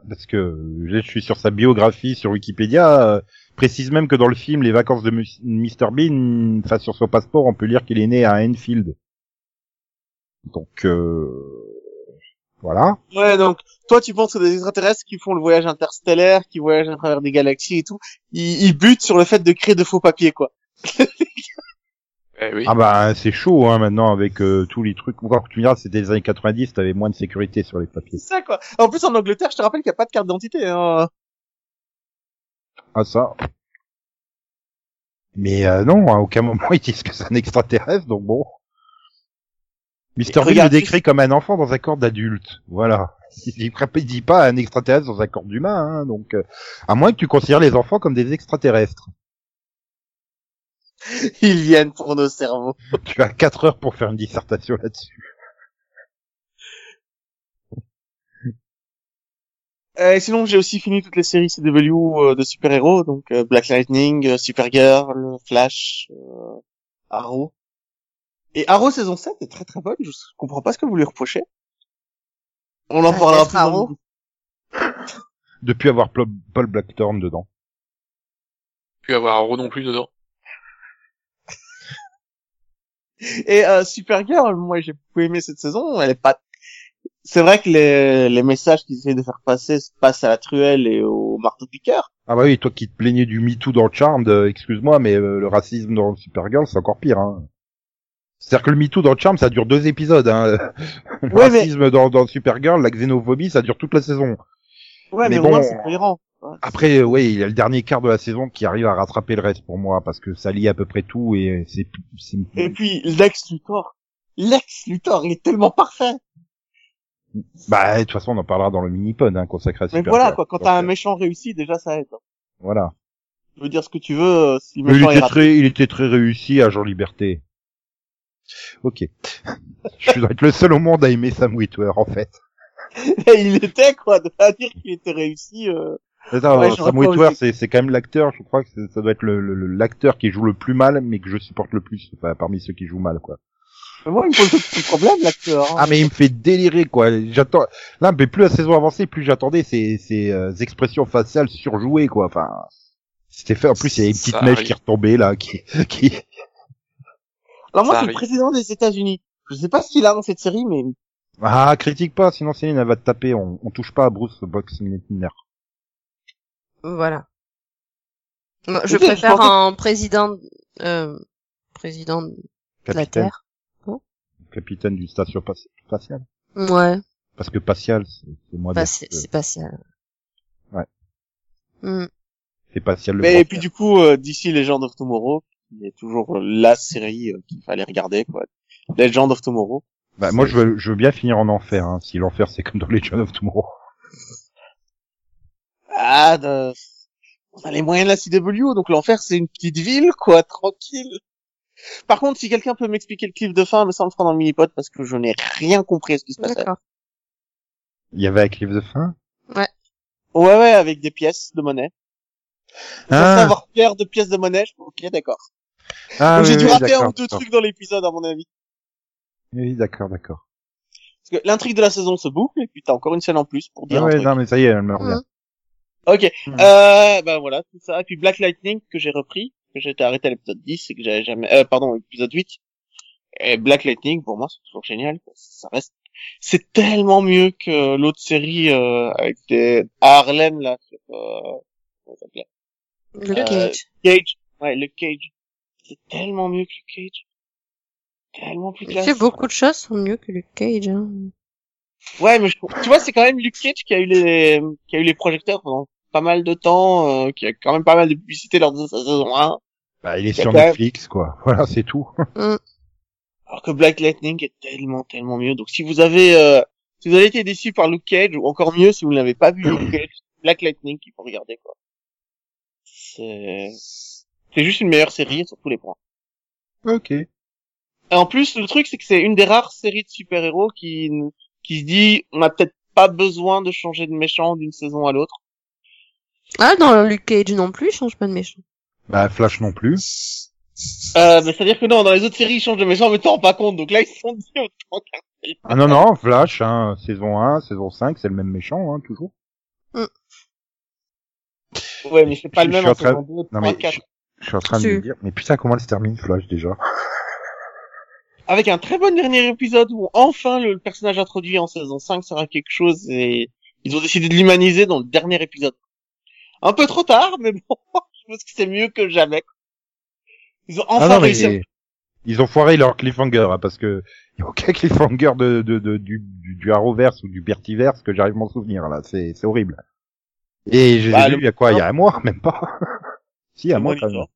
Speaker 1: Parce que euh, je suis sur sa biographie sur Wikipédia, euh, précise même que dans le film Les vacances de Mus- Mr Bean, enfin sur son passeport, on peut lire qu'il est né à Enfield. Donc euh, voilà.
Speaker 4: Ouais, donc toi, tu penses que des extraterrestres qui font le voyage interstellaire, qui voyagent à travers des galaxies et tout, ils, ils butent sur le fait de créer de faux papiers, quoi.
Speaker 2: Eh oui.
Speaker 1: Ah bah c'est chaud hein, maintenant avec euh, tous les trucs. Encore que tu me diras, c'était les années 90, t'avais moins de sécurité sur les papiers.
Speaker 4: C'est ça, quoi. En plus, en Angleterre, je te rappelle qu'il n'y a pas de carte d'identité. Hein.
Speaker 1: Ah ça. Mais euh, non, à aucun moment ils disent que c'est un extraterrestre, donc bon. Mister Bean le
Speaker 4: regarde
Speaker 1: décrit comme un enfant dans un corps d'adulte. Voilà. Il dit, il dit pas un extraterrestre dans un corps d'humain, hein, donc euh, à moins que tu considères les enfants comme des extraterrestres.
Speaker 4: Ils viennent pour nos cerveaux.
Speaker 1: tu as quatre heures pour faire une dissertation là-dessus.
Speaker 4: Euh, et sinon, j'ai aussi fini toutes les séries CW euh, de super-héros, donc euh, Black Lightning, euh, Supergirl, Flash, euh, Arrow. Et Arrow saison 7 est très très bonne, je comprends pas ce que vous lui reprochez. On en
Speaker 3: Ah,
Speaker 4: parlera
Speaker 3: peut-être
Speaker 4: plus dans le-
Speaker 3: Arrow.
Speaker 1: Depuis avoir Plo- Paul Blackthorne dedans.
Speaker 2: Puis avoir un rond non plus dedans.
Speaker 4: Et euh, Supergirl, moi j'ai beaucoup aimé cette saison, elle est pas... C'est vrai que les, les messages qu'ils essayent de faire passer se passent à la truelle et au marteau-piqueur.
Speaker 1: Ah bah oui, toi qui te plaignais du MeToo dans Charmed, euh, excuse-moi, mais euh, le racisme dans Supergirl, c'est encore pire. Hein. C'est-à-dire que le MeToo dans Charmed, ça dure deux épisodes. Hein. Le
Speaker 4: Ouais, mais-
Speaker 1: racisme dans, dans Supergirl, la xénophobie, ça dure toute la saison.
Speaker 4: Ouais,
Speaker 1: Mais
Speaker 4: mais,
Speaker 1: bon.
Speaker 4: au moins c'est cohérent. quoi.
Speaker 1: Après, euh, ouais, il y a le dernier quart de la saison qui arrive à rattraper le reste pour moi, parce que ça lie à peu près tout et c'est... c'est-
Speaker 4: Et puis Lex Luthor. Lex Luthor, il est tellement parfait.
Speaker 1: Bah, de toute façon, on en parlera dans le mini-pod hein, consacré à
Speaker 4: Mais
Speaker 1: Supergirl.
Speaker 4: voilà, quoi, quand t'as un
Speaker 1: Donc, euh,
Speaker 4: méchant réussi, déjà ça aide. hein.
Speaker 1: Voilà.
Speaker 4: Je veux dire ce que tu veux, euh, si le
Speaker 1: Mais il
Speaker 4: méchant est
Speaker 1: était,
Speaker 4: raté.
Speaker 1: très, il était très réussi à Jean Liberté. Ok. Je dois être le seul au monde à aimer Sam Witwer, en fait.
Speaker 4: il était, quoi, de à dire qu'il était réussi. euh.
Speaker 1: C'est ça,
Speaker 4: Ouais,
Speaker 1: euh,
Speaker 4: je
Speaker 1: Sam
Speaker 4: reprends aussi.
Speaker 1: Witwer, c'est, c'est quand même l'acteur, je crois que c'est- ça doit être le, le- le- l'acteur qui joue le plus mal, mais que je supporte le plus, enfin, parmi ceux qui jouent mal, quoi.
Speaker 4: Mais moi, il me pose le problème, l'acteur. hein.
Speaker 1: Ah, mais il me fait délirer, quoi. J'attends, là, mais plus la saison avançait, plus j'attendais ces, ces euh, expressions faciales surjouées, quoi. Enfin, c'était fait, en plus, il y avait une
Speaker 2: Ça
Speaker 1: petite neige
Speaker 2: arrive.
Speaker 1: qui retombait, là, qui, qui,
Speaker 4: Alors moi,
Speaker 2: ça
Speaker 4: c'est le
Speaker 2: arrive.
Speaker 4: président des États-Unis. Je sais pas ce qu'il a dans cette série, mais
Speaker 1: ah, critique pas, sinon Céline, elle va te taper, on, on touche pas à Bruce Box Milner.
Speaker 3: Voilà. Non, je
Speaker 4: Ok, je
Speaker 3: préfère
Speaker 4: pensais-
Speaker 3: un président euh, président de la
Speaker 1: Capitaine,
Speaker 3: Terre.
Speaker 1: capitaine d'une station pas- spatiale.
Speaker 3: Ouais,
Speaker 1: Parce que spatial, c'est c'est moins
Speaker 3: bah,
Speaker 1: bien.
Speaker 3: c'est
Speaker 1: que-
Speaker 3: c'est spatial.
Speaker 1: Ouais.
Speaker 3: Hmm.
Speaker 1: C'est spatial le
Speaker 4: Mais et
Speaker 1: grand
Speaker 4: puis du coup, euh, d'ici Legend of Tomorrow, il y a toujours euh, la série euh, qu'il fallait regarder, quoi. Legend of Tomorrow.
Speaker 1: Bah, moi, je veux, je veux bien finir en enfer, hein, si l'enfer c'est comme dans Legend of Tomorrow.
Speaker 4: Ah, de... on a les moyens de la CW, donc l'enfer c'est une petite ville, quoi, tranquille. Par contre, si quelqu'un peut m'expliquer le clip de fin, mais sans le prendre en mini-pod, parce que je n'ai rien compris à ce qui se passait.
Speaker 3: D'accord.
Speaker 1: Il y avait un cliff de fin.
Speaker 4: Ouais, ouais, avec des pièces de monnaie. Sans
Speaker 1: Ah,
Speaker 4: avoir peur de pièces de monnaie, je... ok, d'accord.
Speaker 1: ah,
Speaker 4: donc j'ai
Speaker 1: oui,
Speaker 4: dû
Speaker 1: oui,
Speaker 4: rater un
Speaker 1: d'accord,
Speaker 4: ou deux
Speaker 1: d'accord.
Speaker 4: trucs dans l'épisode, à mon avis.
Speaker 1: Oui, d'accord, d'accord.
Speaker 4: Parce que l'intrigue de la saison se boucle, et puis t'as encore une scène en plus pour dire
Speaker 1: Ah
Speaker 4: un
Speaker 1: ouais,
Speaker 4: truc.
Speaker 1: non, mais ça y est, elle me revient.
Speaker 4: Ok,
Speaker 1: Mhm.
Speaker 4: euh, ben voilà, tout ça. Et puis Black Lightning, que j'ai repris, que j'étais arrêté à l'épisode 10 et que j'avais jamais... Euh, pardon, épisode 8. Et Black Lightning, pour moi, c'est toujours génial. quoi. Ça reste... C'est tellement mieux que l'autre série euh, avec des... à Harlem, là. sur, Euh... comment ça s'appelait
Speaker 3: Le
Speaker 4: Euh,
Speaker 3: Hmm. cage.
Speaker 4: Cage. Ouais, le Cage. C'est tellement mieux que le Cage. Tellement plus
Speaker 3: Tu
Speaker 4: classe.
Speaker 3: sais, beaucoup de choses sont mieux que le cage. Hein.
Speaker 4: Ouais, mais je- tu vois, c'est quand même Luke Cage qui a eu les qui a eu les projecteurs pendant pas mal de temps, euh, qui a quand même pas mal de publicité lors de sa saison 1,
Speaker 1: Bah, il est
Speaker 4: C'est
Speaker 1: sur
Speaker 4: quand même-
Speaker 1: Netflix, quoi. Voilà, c'est tout.
Speaker 4: alors que Black Lightning est tellement tellement mieux. Donc si vous avez euh, si vous avez été déçu par Luke Cage ou encore mieux si vous ne l'avez pas vu Luke Cage, c'est Black Lightning qu'il faut regarder quoi. C'est c'est juste une meilleure série sur tous les points.
Speaker 1: ok.
Speaker 4: Et en plus, le truc, c'est que c'est une des rares séries de super-héros qui, qui se dit, on n'a peut-être pas besoin de changer de méchant d'une saison à l'autre.
Speaker 3: Ah, dans le cage non plus, il change pas de méchant.
Speaker 1: Bah, Flash non plus.
Speaker 4: Euh, mais c'est-à-dire que non, dans les autres séries, ils changent de méchant, mais t'en rends pas compte. Donc là, ils se sont dit autant qu'un.
Speaker 1: Ah non, non, Flash, hein, saison 1, saison 5, c'est le même méchant, hein, toujours.
Speaker 4: Ouais, mais c'est pas le
Speaker 1: Je- je
Speaker 4: même
Speaker 1: suis
Speaker 4: en
Speaker 1: en train-
Speaker 4: saison 2,
Speaker 1: Non,
Speaker 4: 3,
Speaker 1: mais je,
Speaker 4: 4.
Speaker 1: je suis en train de
Speaker 3: Tu-
Speaker 1: me dire, mais putain, comment elle se termine, Flash, déjà?
Speaker 4: Avec un très bon dernier épisode où enfin le, le personnage introduit en saison 5 sera quelque chose et ils ont décidé de l'humaniser dans le dernier épisode. Un peu trop tard, mais bon, je pense que c'est mieux que jamais. Ils ont enfin
Speaker 1: ah non, mais
Speaker 4: réussi à
Speaker 1: ils ont foiré leur cliffhanger, hein, parce que il y a aucun cliffhanger de, de, de- du, du, du Arrowverse ou du Bertiverse que j'arrive à m'en souvenir, là. C'est, c'est horrible. Et j'ai
Speaker 4: Bah,
Speaker 1: lu
Speaker 4: le-
Speaker 1: il y a quoi? Il y a un mois, même pas. si, un
Speaker 4: Le
Speaker 1: mois, quand même.
Speaker 4: monitor.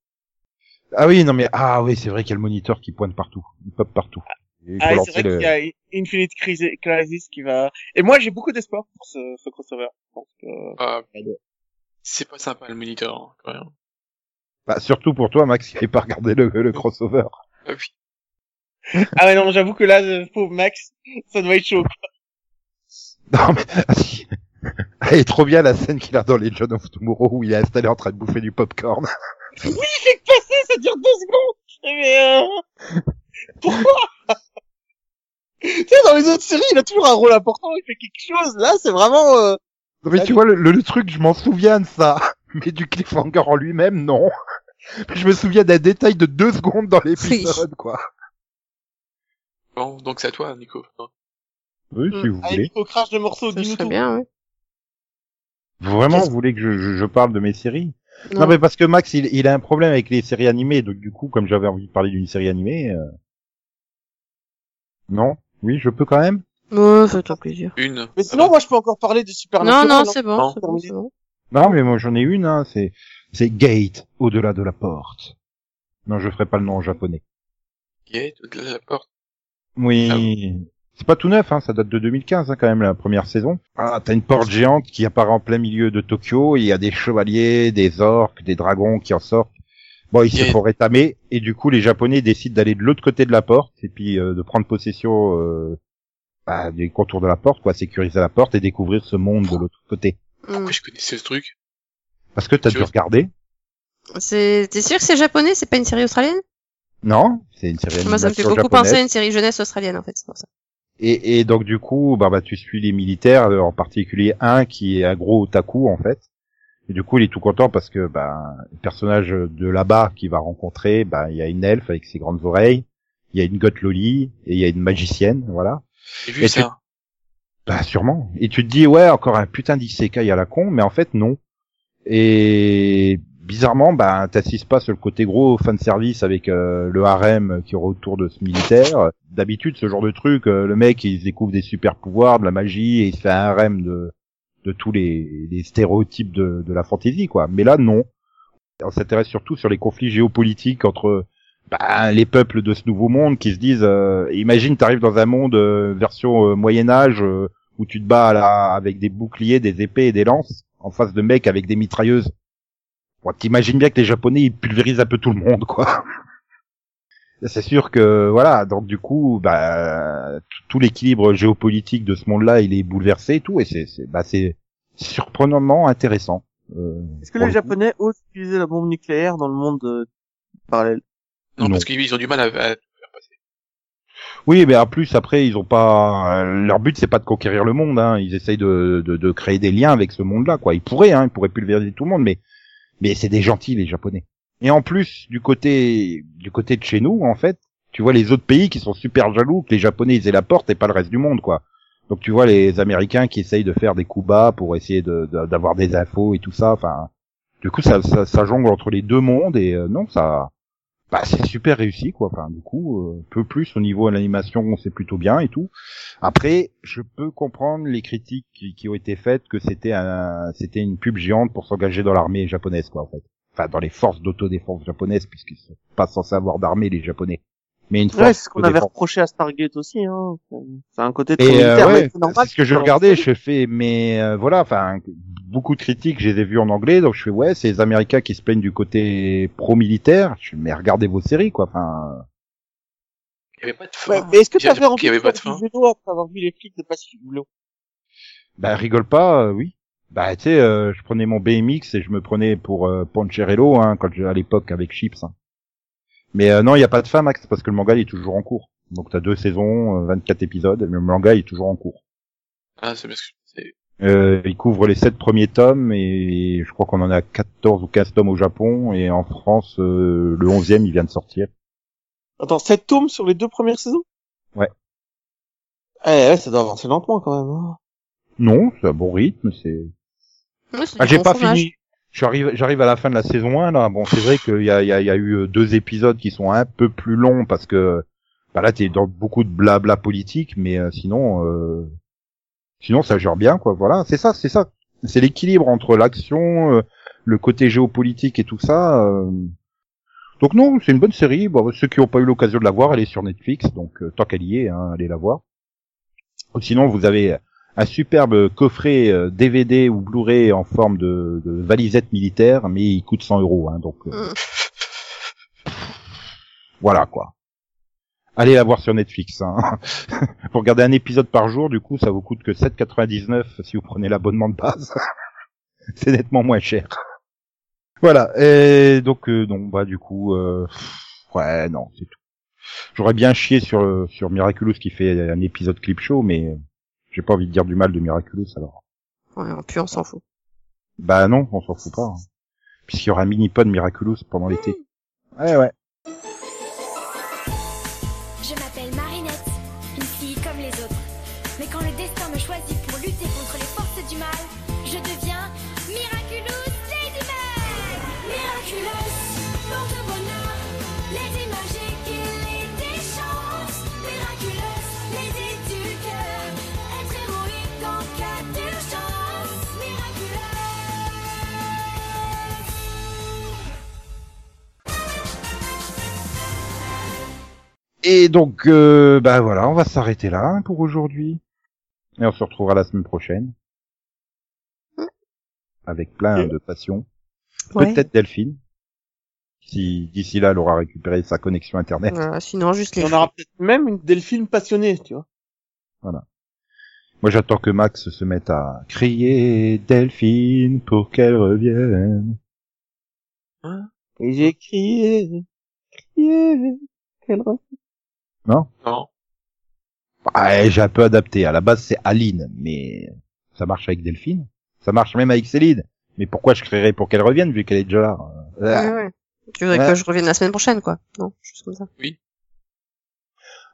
Speaker 1: Ah oui, non, mais, ah oui, c'est vrai qu'il y a le moniteur qui pointe partout. Il pop partout. Et il faut
Speaker 4: Ah, c'est
Speaker 1: lancer
Speaker 4: vrai
Speaker 1: le-
Speaker 4: qu'il y a Infinite Crisi- Crisis qui va. Et moi, j'ai beaucoup d'espoir pour ce, ce crossover. Je pense que
Speaker 2: Ah,
Speaker 4: Allez.
Speaker 2: c'est pas sympa le moniteur, hein, quand même.
Speaker 1: Bah, surtout pour toi, Max, qui n'avait pas regardé le, le crossover.
Speaker 2: Ah oui.
Speaker 4: Ah ouais, non, j'avoue que là, euh, pauvre Max, ça doit être chaud.
Speaker 1: Non, mais, ah, si. Elle est trop bien la scène qu'il a dans les John of Tomorrow où il est installé en train de bouffer du popcorn.
Speaker 4: J'ai que passé, ça dure deux secondes. Mais euh... Pourquoi Tu sais, dans les autres séries, il a toujours un rôle important, il fait quelque chose. Là, c'est vraiment... euh,
Speaker 1: Non, mais tu vois, le, le- le truc, je m'en souviens de ça. Mais du cliffhanger en lui-même, non. Je me souviens d'un détail de deux secondes dans l'épisode, quoi.
Speaker 2: Bon, donc c'est à toi, Nico.
Speaker 1: Oui, si vous voulez.
Speaker 4: Avec au crash de morceaux,
Speaker 3: Ça
Speaker 4: dis-nous
Speaker 3: serait
Speaker 4: tout.
Speaker 3: bien, oui.
Speaker 1: Vraiment,
Speaker 4: Qu'est-ce-
Speaker 1: vous voulez que je, je- je parle de mes séries non.
Speaker 3: Non.
Speaker 1: mais parce que Max, il, il a un problème avec les séries animées, donc du coup, comme j'avais envie de parler d'une série animée... euh, Non Oui, je peux quand même
Speaker 3: Ouais, fais-toi plaisir.
Speaker 2: Une.
Speaker 4: Mais sinon, moi, je peux encore parler de
Speaker 3: Non,
Speaker 4: Supernatural.
Speaker 3: non, c'est bon,
Speaker 2: Non.
Speaker 3: c'est bon, c'est bon.
Speaker 1: Non, mais moi j'en ai une, hein, c'est c'est Gate au-delà de la porte. Non, je ferai pas le nom en japonais.
Speaker 2: Gate, au-delà de la porte. Ah
Speaker 1: Oui. C'est pas tout neuf, hein, ça date de 2015 hein, quand même la première saison. Ah, t'as une porte géante qui apparaît en plein milieu de Tokyo. Il y a des chevaliers, des orques, des dragons qui en sortent. Bon, ils se
Speaker 2: Gate.
Speaker 1: font rétamer et du coup les Japonais décident d'aller de l'autre côté de la porte et puis euh, de prendre possession euh, bah, des contours de la porte, quoi, sécuriser la porte et découvrir ce monde de l'autre côté.
Speaker 3: Hmm.
Speaker 2: Pourquoi je connaissais ce truc
Speaker 1: Parce que t'as
Speaker 2: Tu
Speaker 1: dû
Speaker 2: vois-
Speaker 1: regarder.
Speaker 3: C'est, t'es sûr que c'est japonais, c'est pas une série australienne?
Speaker 1: Non, c'est une série
Speaker 3: Moi, ça me fait
Speaker 1: d'animation
Speaker 3: beaucoup
Speaker 1: Mm, japonaise.
Speaker 3: penser à une série jeunesse australienne, en fait, c'est pour ça.
Speaker 1: Et, et donc du coup, bah, bah tu suis les militaires, euh, en particulier un qui est agro otaku en fait. Et du coup, il est tout content parce que bah, le personnage de là-bas qu'il va rencontrer, bah il y a une elfe avec ses grandes oreilles, il y a une goth loli et il y a une magicienne, voilà.
Speaker 2: J'ai vu
Speaker 1: Et
Speaker 2: ça.
Speaker 1: Bah sûrement. Et tu te dis ouais, encore un putain d'isekai à la con, mais en fait non. Et bizarrement, bah, t'assistes pas sur le côté gros fan service avec euh, le harem qui est autour de ce militaire. D'habitude, ce genre de truc, euh, le mec, il découvre des super pouvoirs, de la magie, et il se fait un harem de, de tous les, les stéréotypes de, de la fantaisie, quoi. Mais là, non. On s'intéresse surtout sur les conflits géopolitiques entre bah, les peuples de ce nouveau monde qui se disent, euh, imagine, t'arrives dans un monde euh, version euh, Moyen Âge euh, où tu te bats à la- avec des boucliers, des épées et des lances en face de mecs avec des mitrailleuses. Bon, t'imagines bien que les Japonais ils pulvérisent un peu tout le monde, quoi. C'est sûr que voilà, donc du coup, bah, t- tout l'équilibre géopolitique de ce monde-là, il est bouleversé et tout, et c'est, c'est, bah, c'est surprenamment intéressant. Euh,
Speaker 4: Est-ce que
Speaker 1: pour
Speaker 4: les
Speaker 1: le coup.
Speaker 4: Japonais osent utiliser la bombe nucléaire dans le monde euh, parallèle
Speaker 2: Non,
Speaker 1: Non.
Speaker 2: parce qu'ils ont du mal à, à-
Speaker 1: Oui, mais en plus après, ils ont pas, euh, leur but c'est pas de conquérir le monde, hein. Ils essayent de, de, de créer des liens avec ce monde-là, quoi. Ils pourraient, hein, ils pourraient pulvériser tout le monde, mais mais c'est des gentils les Japonais. Et en plus, du côté du côté de chez nous, en fait, tu vois les autres pays qui sont super jaloux que les Japonais ils aient la porte et pas le reste du monde, quoi. Donc tu vois les Américains qui essayent de faire des coups bas pour essayer de- de- d'avoir des infos et tout ça. Enfin, du coup ça, ça ça jongle entre les deux mondes et euh, non ça bah c'est super réussi quoi. Enfin du coup euh, peu plus au niveau de l'animation c'est plutôt bien et tout. Après je peux comprendre les critiques qui, qui ont été faites que c'était un c'était une pub géante pour s'engager dans l'armée japonaise quoi en fait. Enfin dans les forces d'autodéfense japonaises puisqu'ils sont pas censés avoir d'armée les japonais. Mais une force
Speaker 4: Ouais, c'est ce qu'on avait
Speaker 1: d'autodéfense.
Speaker 4: reproché à Stargate aussi. Hein. C'est un côté de
Speaker 1: Et euh,
Speaker 4: militaire,
Speaker 1: ouais,
Speaker 4: mais c'est normal.
Speaker 1: c'est ce que je
Speaker 4: Alors,
Speaker 1: regardais, je fais, mais euh, voilà, enfin, beaucoup de critiques, je les ai vues en anglais, donc je fais, ouais, c'est les Américains qui se plaignent du côté pro-militaire, je fais, mais regardez vos séries, quoi, enfin,
Speaker 2: Il y avait pas de
Speaker 4: Ouais,
Speaker 2: fin.
Speaker 4: mais est-ce que
Speaker 2: Il y a-
Speaker 4: t'avais envie
Speaker 2: il y
Speaker 4: de
Speaker 2: avait
Speaker 4: faire
Speaker 2: pas de
Speaker 4: du
Speaker 3: hein.
Speaker 2: fin.
Speaker 4: vélo après avoir vu les flics de Pacific Blue
Speaker 1: bah, rigole pas, euh, oui. Bah, tu sais, euh, je prenais mon BMX et je me prenais pour euh, Poncherello, hein, quand je- à l'époque, avec Chips. hein. Mais euh, non, il n'y a pas de fin, Max, parce que le manga, il est toujours en cours. Donc, t'as deux saisons, euh, 24 épisodes, mais le manga, il est toujours en cours.
Speaker 2: Ah, c'est parce que c'est-
Speaker 1: Euh, il couvre les sept premiers tomes et je crois qu'on en a 14 ou 15 tomes au Japon et en France euh, le 11e il vient de sortir.
Speaker 4: Attends, 7 tomes sur les deux premières saisons
Speaker 1: Ouais.
Speaker 4: Eh ouais, ça doit avancer lentement quand même. hein.
Speaker 1: Non, c'est un bon rythme, c'est
Speaker 3: Ouais, c'est
Speaker 1: Ah,
Speaker 3: du
Speaker 1: j'ai
Speaker 3: bon
Speaker 1: pas
Speaker 3: fromage.
Speaker 1: fini. J'arrive j'arrive à la fin de la saison 1 là. Bon, c'est vrai qu'il y a, il y, a, il y a eu euh, deux épisodes qui sont un peu plus longs parce que bah là t'es dans beaucoup de blabla politique mais euh, sinon euh, sinon ça gère bien quoi. Voilà, c'est ça, c'est ça. C'est l'équilibre entre l'action, euh, le côté géopolitique et tout ça. euh. Donc non, c'est une bonne série. Bon, ceux qui n'ont pas eu l'occasion de la voir, elle est sur Netflix, donc euh, tant qu'elle y est, hein, allez la voir. Sinon, vous avez un superbe coffret euh, DVD ou Blu-ray en forme de, de valisette militaire, mais il coûte 100 euros. hein, donc euh,
Speaker 3: Mm.
Speaker 1: voilà quoi. Allez la voir sur Netflix. Hein. Pour regarder un épisode par jour, du coup, ça vous coûte que 7,99 si vous prenez l'abonnement de base. C'est nettement moins cher. Voilà. Et donc, euh, non, bah du coup, euh, pff, ouais, non, c'est tout. J'aurais bien chié sur euh, sur Miraculous qui fait un épisode clip show, mais euh, j'ai pas envie de dire du mal de Miraculous alors.
Speaker 3: Ouais, on pue, on s'en fout.
Speaker 1: Bah non, on s'en fout pas. hein. Puisqu'il y aura un mini-pod Miraculous pendant l'été. Ouais, ouais.
Speaker 6: Je m'appelle Marinette, une fille comme les autres. Mais quand le destin me choisit pour lutter contre les forces du mal, je deviens Miraculous Ladybug Miraculous, porte bonheur, Lady magique et Lady chance. Miraculous, Lady du cœur, être héroïque en cas d'urgence. Miraculous
Speaker 1: Et donc, euh, bah voilà, on va s'arrêter là hein, pour aujourd'hui. Et on se retrouvera la semaine prochaine. Avec plein de passion.
Speaker 3: Ouais.
Speaker 1: Peut-être Delphine. Si d'ici là, elle aura récupéré sa connexion Internet.
Speaker 3: Voilà, sinon, juste
Speaker 4: Et
Speaker 3: les
Speaker 4: on aura peut-être même une Delphine passionnée, tu vois.
Speaker 1: Moi, j'attends que Max se mette à crier Delphine pour qu'elle revienne.
Speaker 4: Et j'ai crié, crié, quel re-
Speaker 2: non.
Speaker 1: Ah, j'ai un peu adapté. À la base, c'est Aline, mais ça marche avec Delphine. Ça marche même avec Céline. Mais pourquoi je créerais pour qu'elle revienne vu qu'elle est déjà là
Speaker 3: Ouais,
Speaker 1: Euh,
Speaker 3: ouais. Tu voudrais
Speaker 1: Ouais.
Speaker 3: que je revienne la semaine prochaine, quoi. Non, juste comme ça.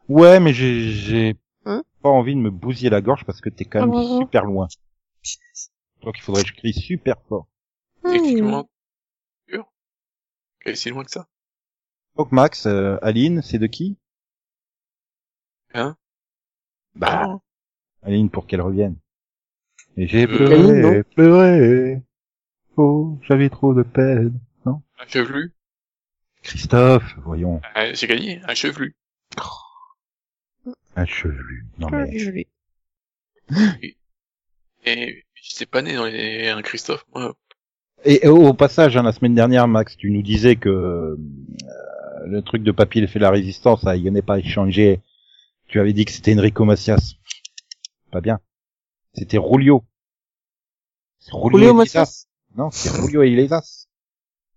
Speaker 1: Ouais, mais j'ai, j'ai
Speaker 3: Hein
Speaker 1: pas envie de me bousiller la gorge parce que t'es quand même
Speaker 3: Ah bon
Speaker 1: super loin. Donc il faudrait que je crie super fort.
Speaker 2: Ah,
Speaker 3: Hmm. Mmh,
Speaker 2: Techniquement, pur. pas si loin que ça.
Speaker 1: Donc Max, euh, Aline, c'est de qui
Speaker 7: Bah,
Speaker 2: Ah,
Speaker 1: Aline pour qu'elle revienne. Et j'ai
Speaker 2: Euh,
Speaker 1: pleuré,
Speaker 4: Aline, non
Speaker 1: pleuré. Oh, j'avais trop de peine.
Speaker 2: un chevelu.
Speaker 1: Christophe, voyons,
Speaker 2: Ah, J'ai gagné, un chevelu.
Speaker 1: un chevelu. Non mais,
Speaker 3: Je lui-
Speaker 2: Et j'étais pas né dans les... un Christophe, moi.
Speaker 1: Et et au passage, hein, la semaine dernière, Max, tu nous disais que euh, le truc de papy il fait la résistance, ah, il n'y en a pas échangé. Tu avais dit que c'était Enrico Macias. Pas bien. C'était Rulio. C'est Rulio,
Speaker 4: Julio
Speaker 1: Iglesias. Ah.
Speaker 4: Massas.
Speaker 1: Non, c'est Rulio Iglesias.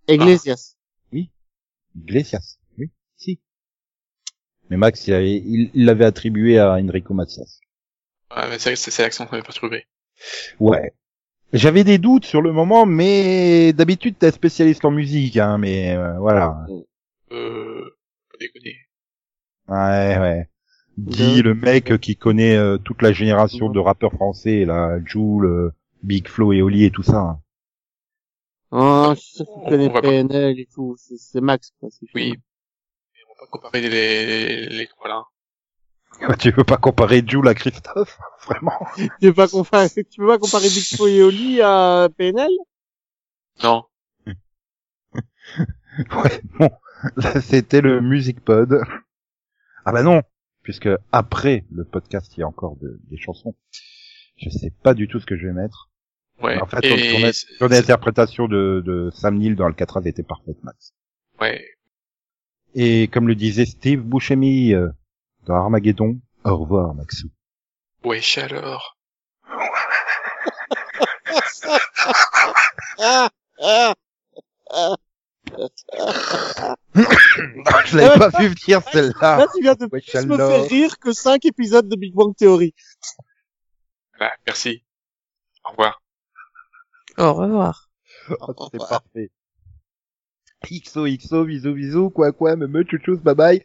Speaker 4: Iglesias.
Speaker 1: Iglesias. Oui, si. Mais Max, il l'avait il, il l'avait attribué à Enrico Macias.
Speaker 2: Ah, mais c'est c'est- c'est l'accent qui m'a perturbé.
Speaker 1: Ouais. J'avais des doutes sur le moment, mais d'habitude, t'es spécialiste en musique, hein, mais euh, voilà.
Speaker 2: Euh, pas déconner.
Speaker 1: Ouais, ouais. Dis le mec qui connaît euh, toute la génération de rappeurs français, là, Jules, euh, Big Flo et Oli et tout ça. hein.
Speaker 4: Ah, je suis sûr qu'il
Speaker 2: On-
Speaker 4: connaît
Speaker 2: on va pas-
Speaker 4: PNL et tout. C'est- C'est Max, quoi. c'est
Speaker 2: Oui.
Speaker 4: sûr.
Speaker 2: Mais on va pas comparer les, les trois là.
Speaker 1: tu veux pas comparer Jules à Christophe Vraiment
Speaker 4: Tu peux pas comparer, tu peux pas comparer Big Flo et Oli à PNL?
Speaker 2: Non.
Speaker 1: Ouais, bon. Là, c'était le Music Pod. Ah bah non Puisque après le podcast, il y a encore de- des chansons. Je sais pas du tout ce que je vais mettre.
Speaker 2: Ouais.
Speaker 1: En fait, on-
Speaker 2: Et
Speaker 1: on a-
Speaker 2: c'est-
Speaker 1: Ton
Speaker 2: c'est-
Speaker 1: interprétation de, de Sam Neill dans Alcatraz était parfaite, Max.
Speaker 2: Ouais.
Speaker 1: Et comme le disait Steve Buscemi euh, dans Armageddon, au revoir Maxou.
Speaker 2: Ouais, chaleur.
Speaker 4: Ah, ah,
Speaker 1: je l'avais pas vu venir celle-là.
Speaker 4: là, tu viens de
Speaker 1: Ah. Ouais,
Speaker 4: plus me
Speaker 1: alors.
Speaker 4: faire rire que 5 épisodes de Big Bang Theory.
Speaker 2: Voilà, merci. Au revoir.
Speaker 3: Au revoir.
Speaker 1: Oh, C'est parfait. XO, XO, bisous, bisous, quoi, quoi, me me, chouchous, bye bye.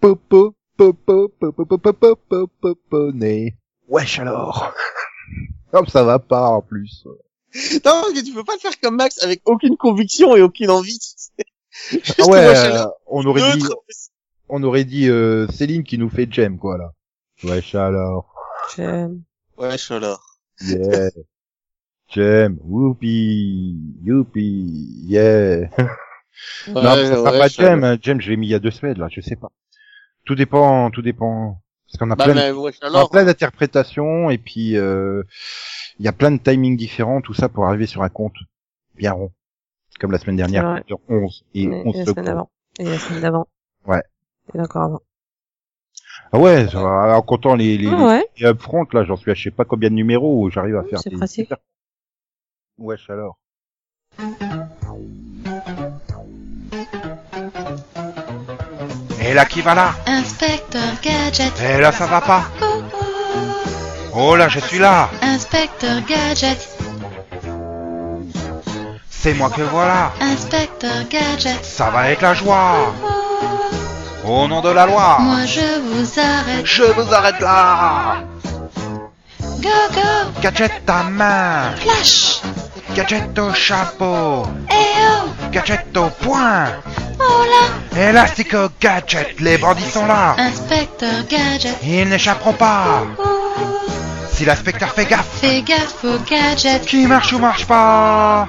Speaker 1: Popo, popo, popo, popo, popo, popo, né. Wesh alors. Comme ça va pas en plus.
Speaker 4: Non, parce que tu peux pas le faire comme Max avec aucune conviction et aucune envie. Juste
Speaker 1: Ah ouais,
Speaker 4: moi, je-
Speaker 1: euh, on aurait dit,
Speaker 4: neutre.
Speaker 1: on aurait dit euh, Céline qui nous fait Jem quoi là. Wesh alors.
Speaker 3: Je-
Speaker 4: Ouais, chaleur.
Speaker 1: Yeah. J'aime. Whoopi. Youpi. Yeah. non, ça sera pas Jem. hein. Jem, je l'ai mis il y a deux semaines, là. Je sais pas. Tout dépend, tout dépend. Parce qu'on a
Speaker 4: Bah,
Speaker 1: plein,
Speaker 4: mais ouais,
Speaker 1: on a
Speaker 4: chaleur.
Speaker 1: plein d'interprétations et puis, euh, il y a plein de timings différents, tout ça pour arriver sur un compte bien rond. Comme la semaine
Speaker 3: C'est
Speaker 1: dernière,
Speaker 3: vrai.
Speaker 1: sur 11 et
Speaker 3: Mais-
Speaker 1: 11
Speaker 3: et la
Speaker 1: secondes.
Speaker 3: semaine d'avant. Et la semaine d'avant.
Speaker 1: Ouais.
Speaker 3: Et encore avant.
Speaker 1: Ah ouais, ça va. en comptant les, les,
Speaker 3: Ah ouais.
Speaker 1: les upfront, euh, là, j'en suis à je sais pas combien de numéros où j'arrive à faire
Speaker 3: c'est
Speaker 1: des-
Speaker 3: pratique.
Speaker 1: Wesh alors.
Speaker 8: Et là qui va là
Speaker 9: Inspecteur Gadget,
Speaker 8: Et là ça va pas
Speaker 9: oh,
Speaker 8: Oh là je suis là
Speaker 9: Inspecteur Gadget,
Speaker 8: C'est moi que voilà
Speaker 9: Inspecteur Gadget,
Speaker 8: Ça va avec la joie
Speaker 9: oh,
Speaker 8: Au nom de la loi
Speaker 9: moi je vous arrête,
Speaker 8: Je vous arrête là
Speaker 9: go go,
Speaker 8: Gadget ta main
Speaker 9: flash,
Speaker 8: Gadget au chapeau
Speaker 9: eh oh,
Speaker 8: Gadget au poing
Speaker 9: oh là,
Speaker 8: Elastico Gadget Les bandits sont là
Speaker 9: Inspecteur Gadget,
Speaker 8: Ils n'échapperont pas
Speaker 9: oh,
Speaker 8: Si l'inspecteur fait gaffe
Speaker 9: fais gaffe au gadget,
Speaker 8: Qui marche ou marche pas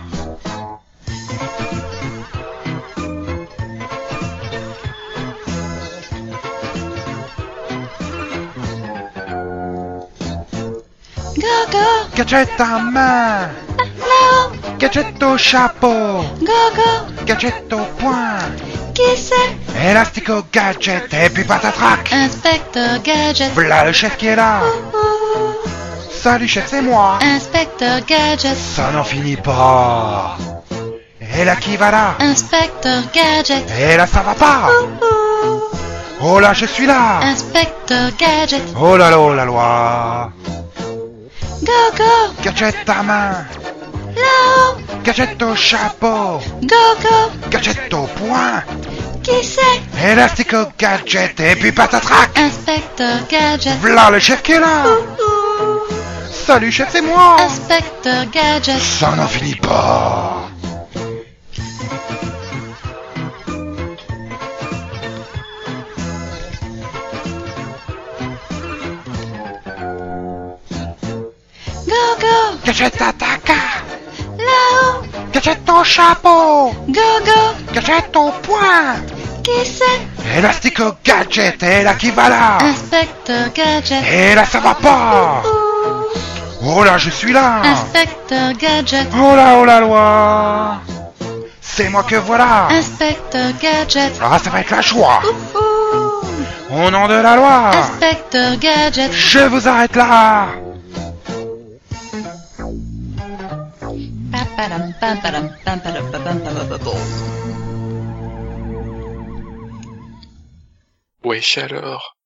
Speaker 9: go go,
Speaker 8: Gadget ta main
Speaker 9: là-haut,
Speaker 8: Gadget au chapeau
Speaker 9: go go,
Speaker 8: Gadget au poing
Speaker 9: qui c'est,
Speaker 8: Elastico Gadget et puis patatrac
Speaker 9: Inspecteur Gadget,
Speaker 8: V'là le chef qui est là
Speaker 9: oh,
Speaker 8: Salut chef, c'est moi
Speaker 9: Inspecteur Gadget,
Speaker 8: Ça n'en finit pas Et là qui va là
Speaker 9: Inspecteur Gadget,
Speaker 8: Et là ça va pas
Speaker 9: oh,
Speaker 8: Oh là je suis là
Speaker 9: Inspecteur Gadget,
Speaker 8: Oh là là oh la loi
Speaker 9: Go go,
Speaker 8: Gadget ta main
Speaker 9: là-haut,
Speaker 8: Gadget au chapeau
Speaker 9: go go,
Speaker 8: Gadget au poing
Speaker 9: qui c'est
Speaker 8: Elastico Gadget et puis patatrac
Speaker 9: Inspecteur Gadget,
Speaker 8: V'là le chef qui est là
Speaker 9: Ouh,
Speaker 8: Salut chef, c'est moi
Speaker 9: Inspecteur Gadget,
Speaker 8: Ça n'en finit pas
Speaker 9: Go, go,
Speaker 1: Gadget attaque
Speaker 9: là-haut,
Speaker 1: Gadget ton chapeau
Speaker 9: go, go,
Speaker 1: Gadget ton poing
Speaker 9: qui c'est
Speaker 1: Elastico Gadget, et là qui va là
Speaker 9: Inspecteur Gadget,
Speaker 1: Et là ça va pas
Speaker 9: ouh,
Speaker 1: Oh là je suis là
Speaker 9: Inspecteur Gadget,
Speaker 1: Oh là oh là loi C'est moi que voilà
Speaker 9: Inspecteur Gadget,
Speaker 1: Ah ça va être la joie
Speaker 9: ouh, ouh,
Speaker 1: Au nom de la loi
Speaker 9: Inspecteur Gadget,
Speaker 1: Je vous arrête là
Speaker 9: Papadam, papadam, papadam, papadam, papadam.
Speaker 2: Wesh alors.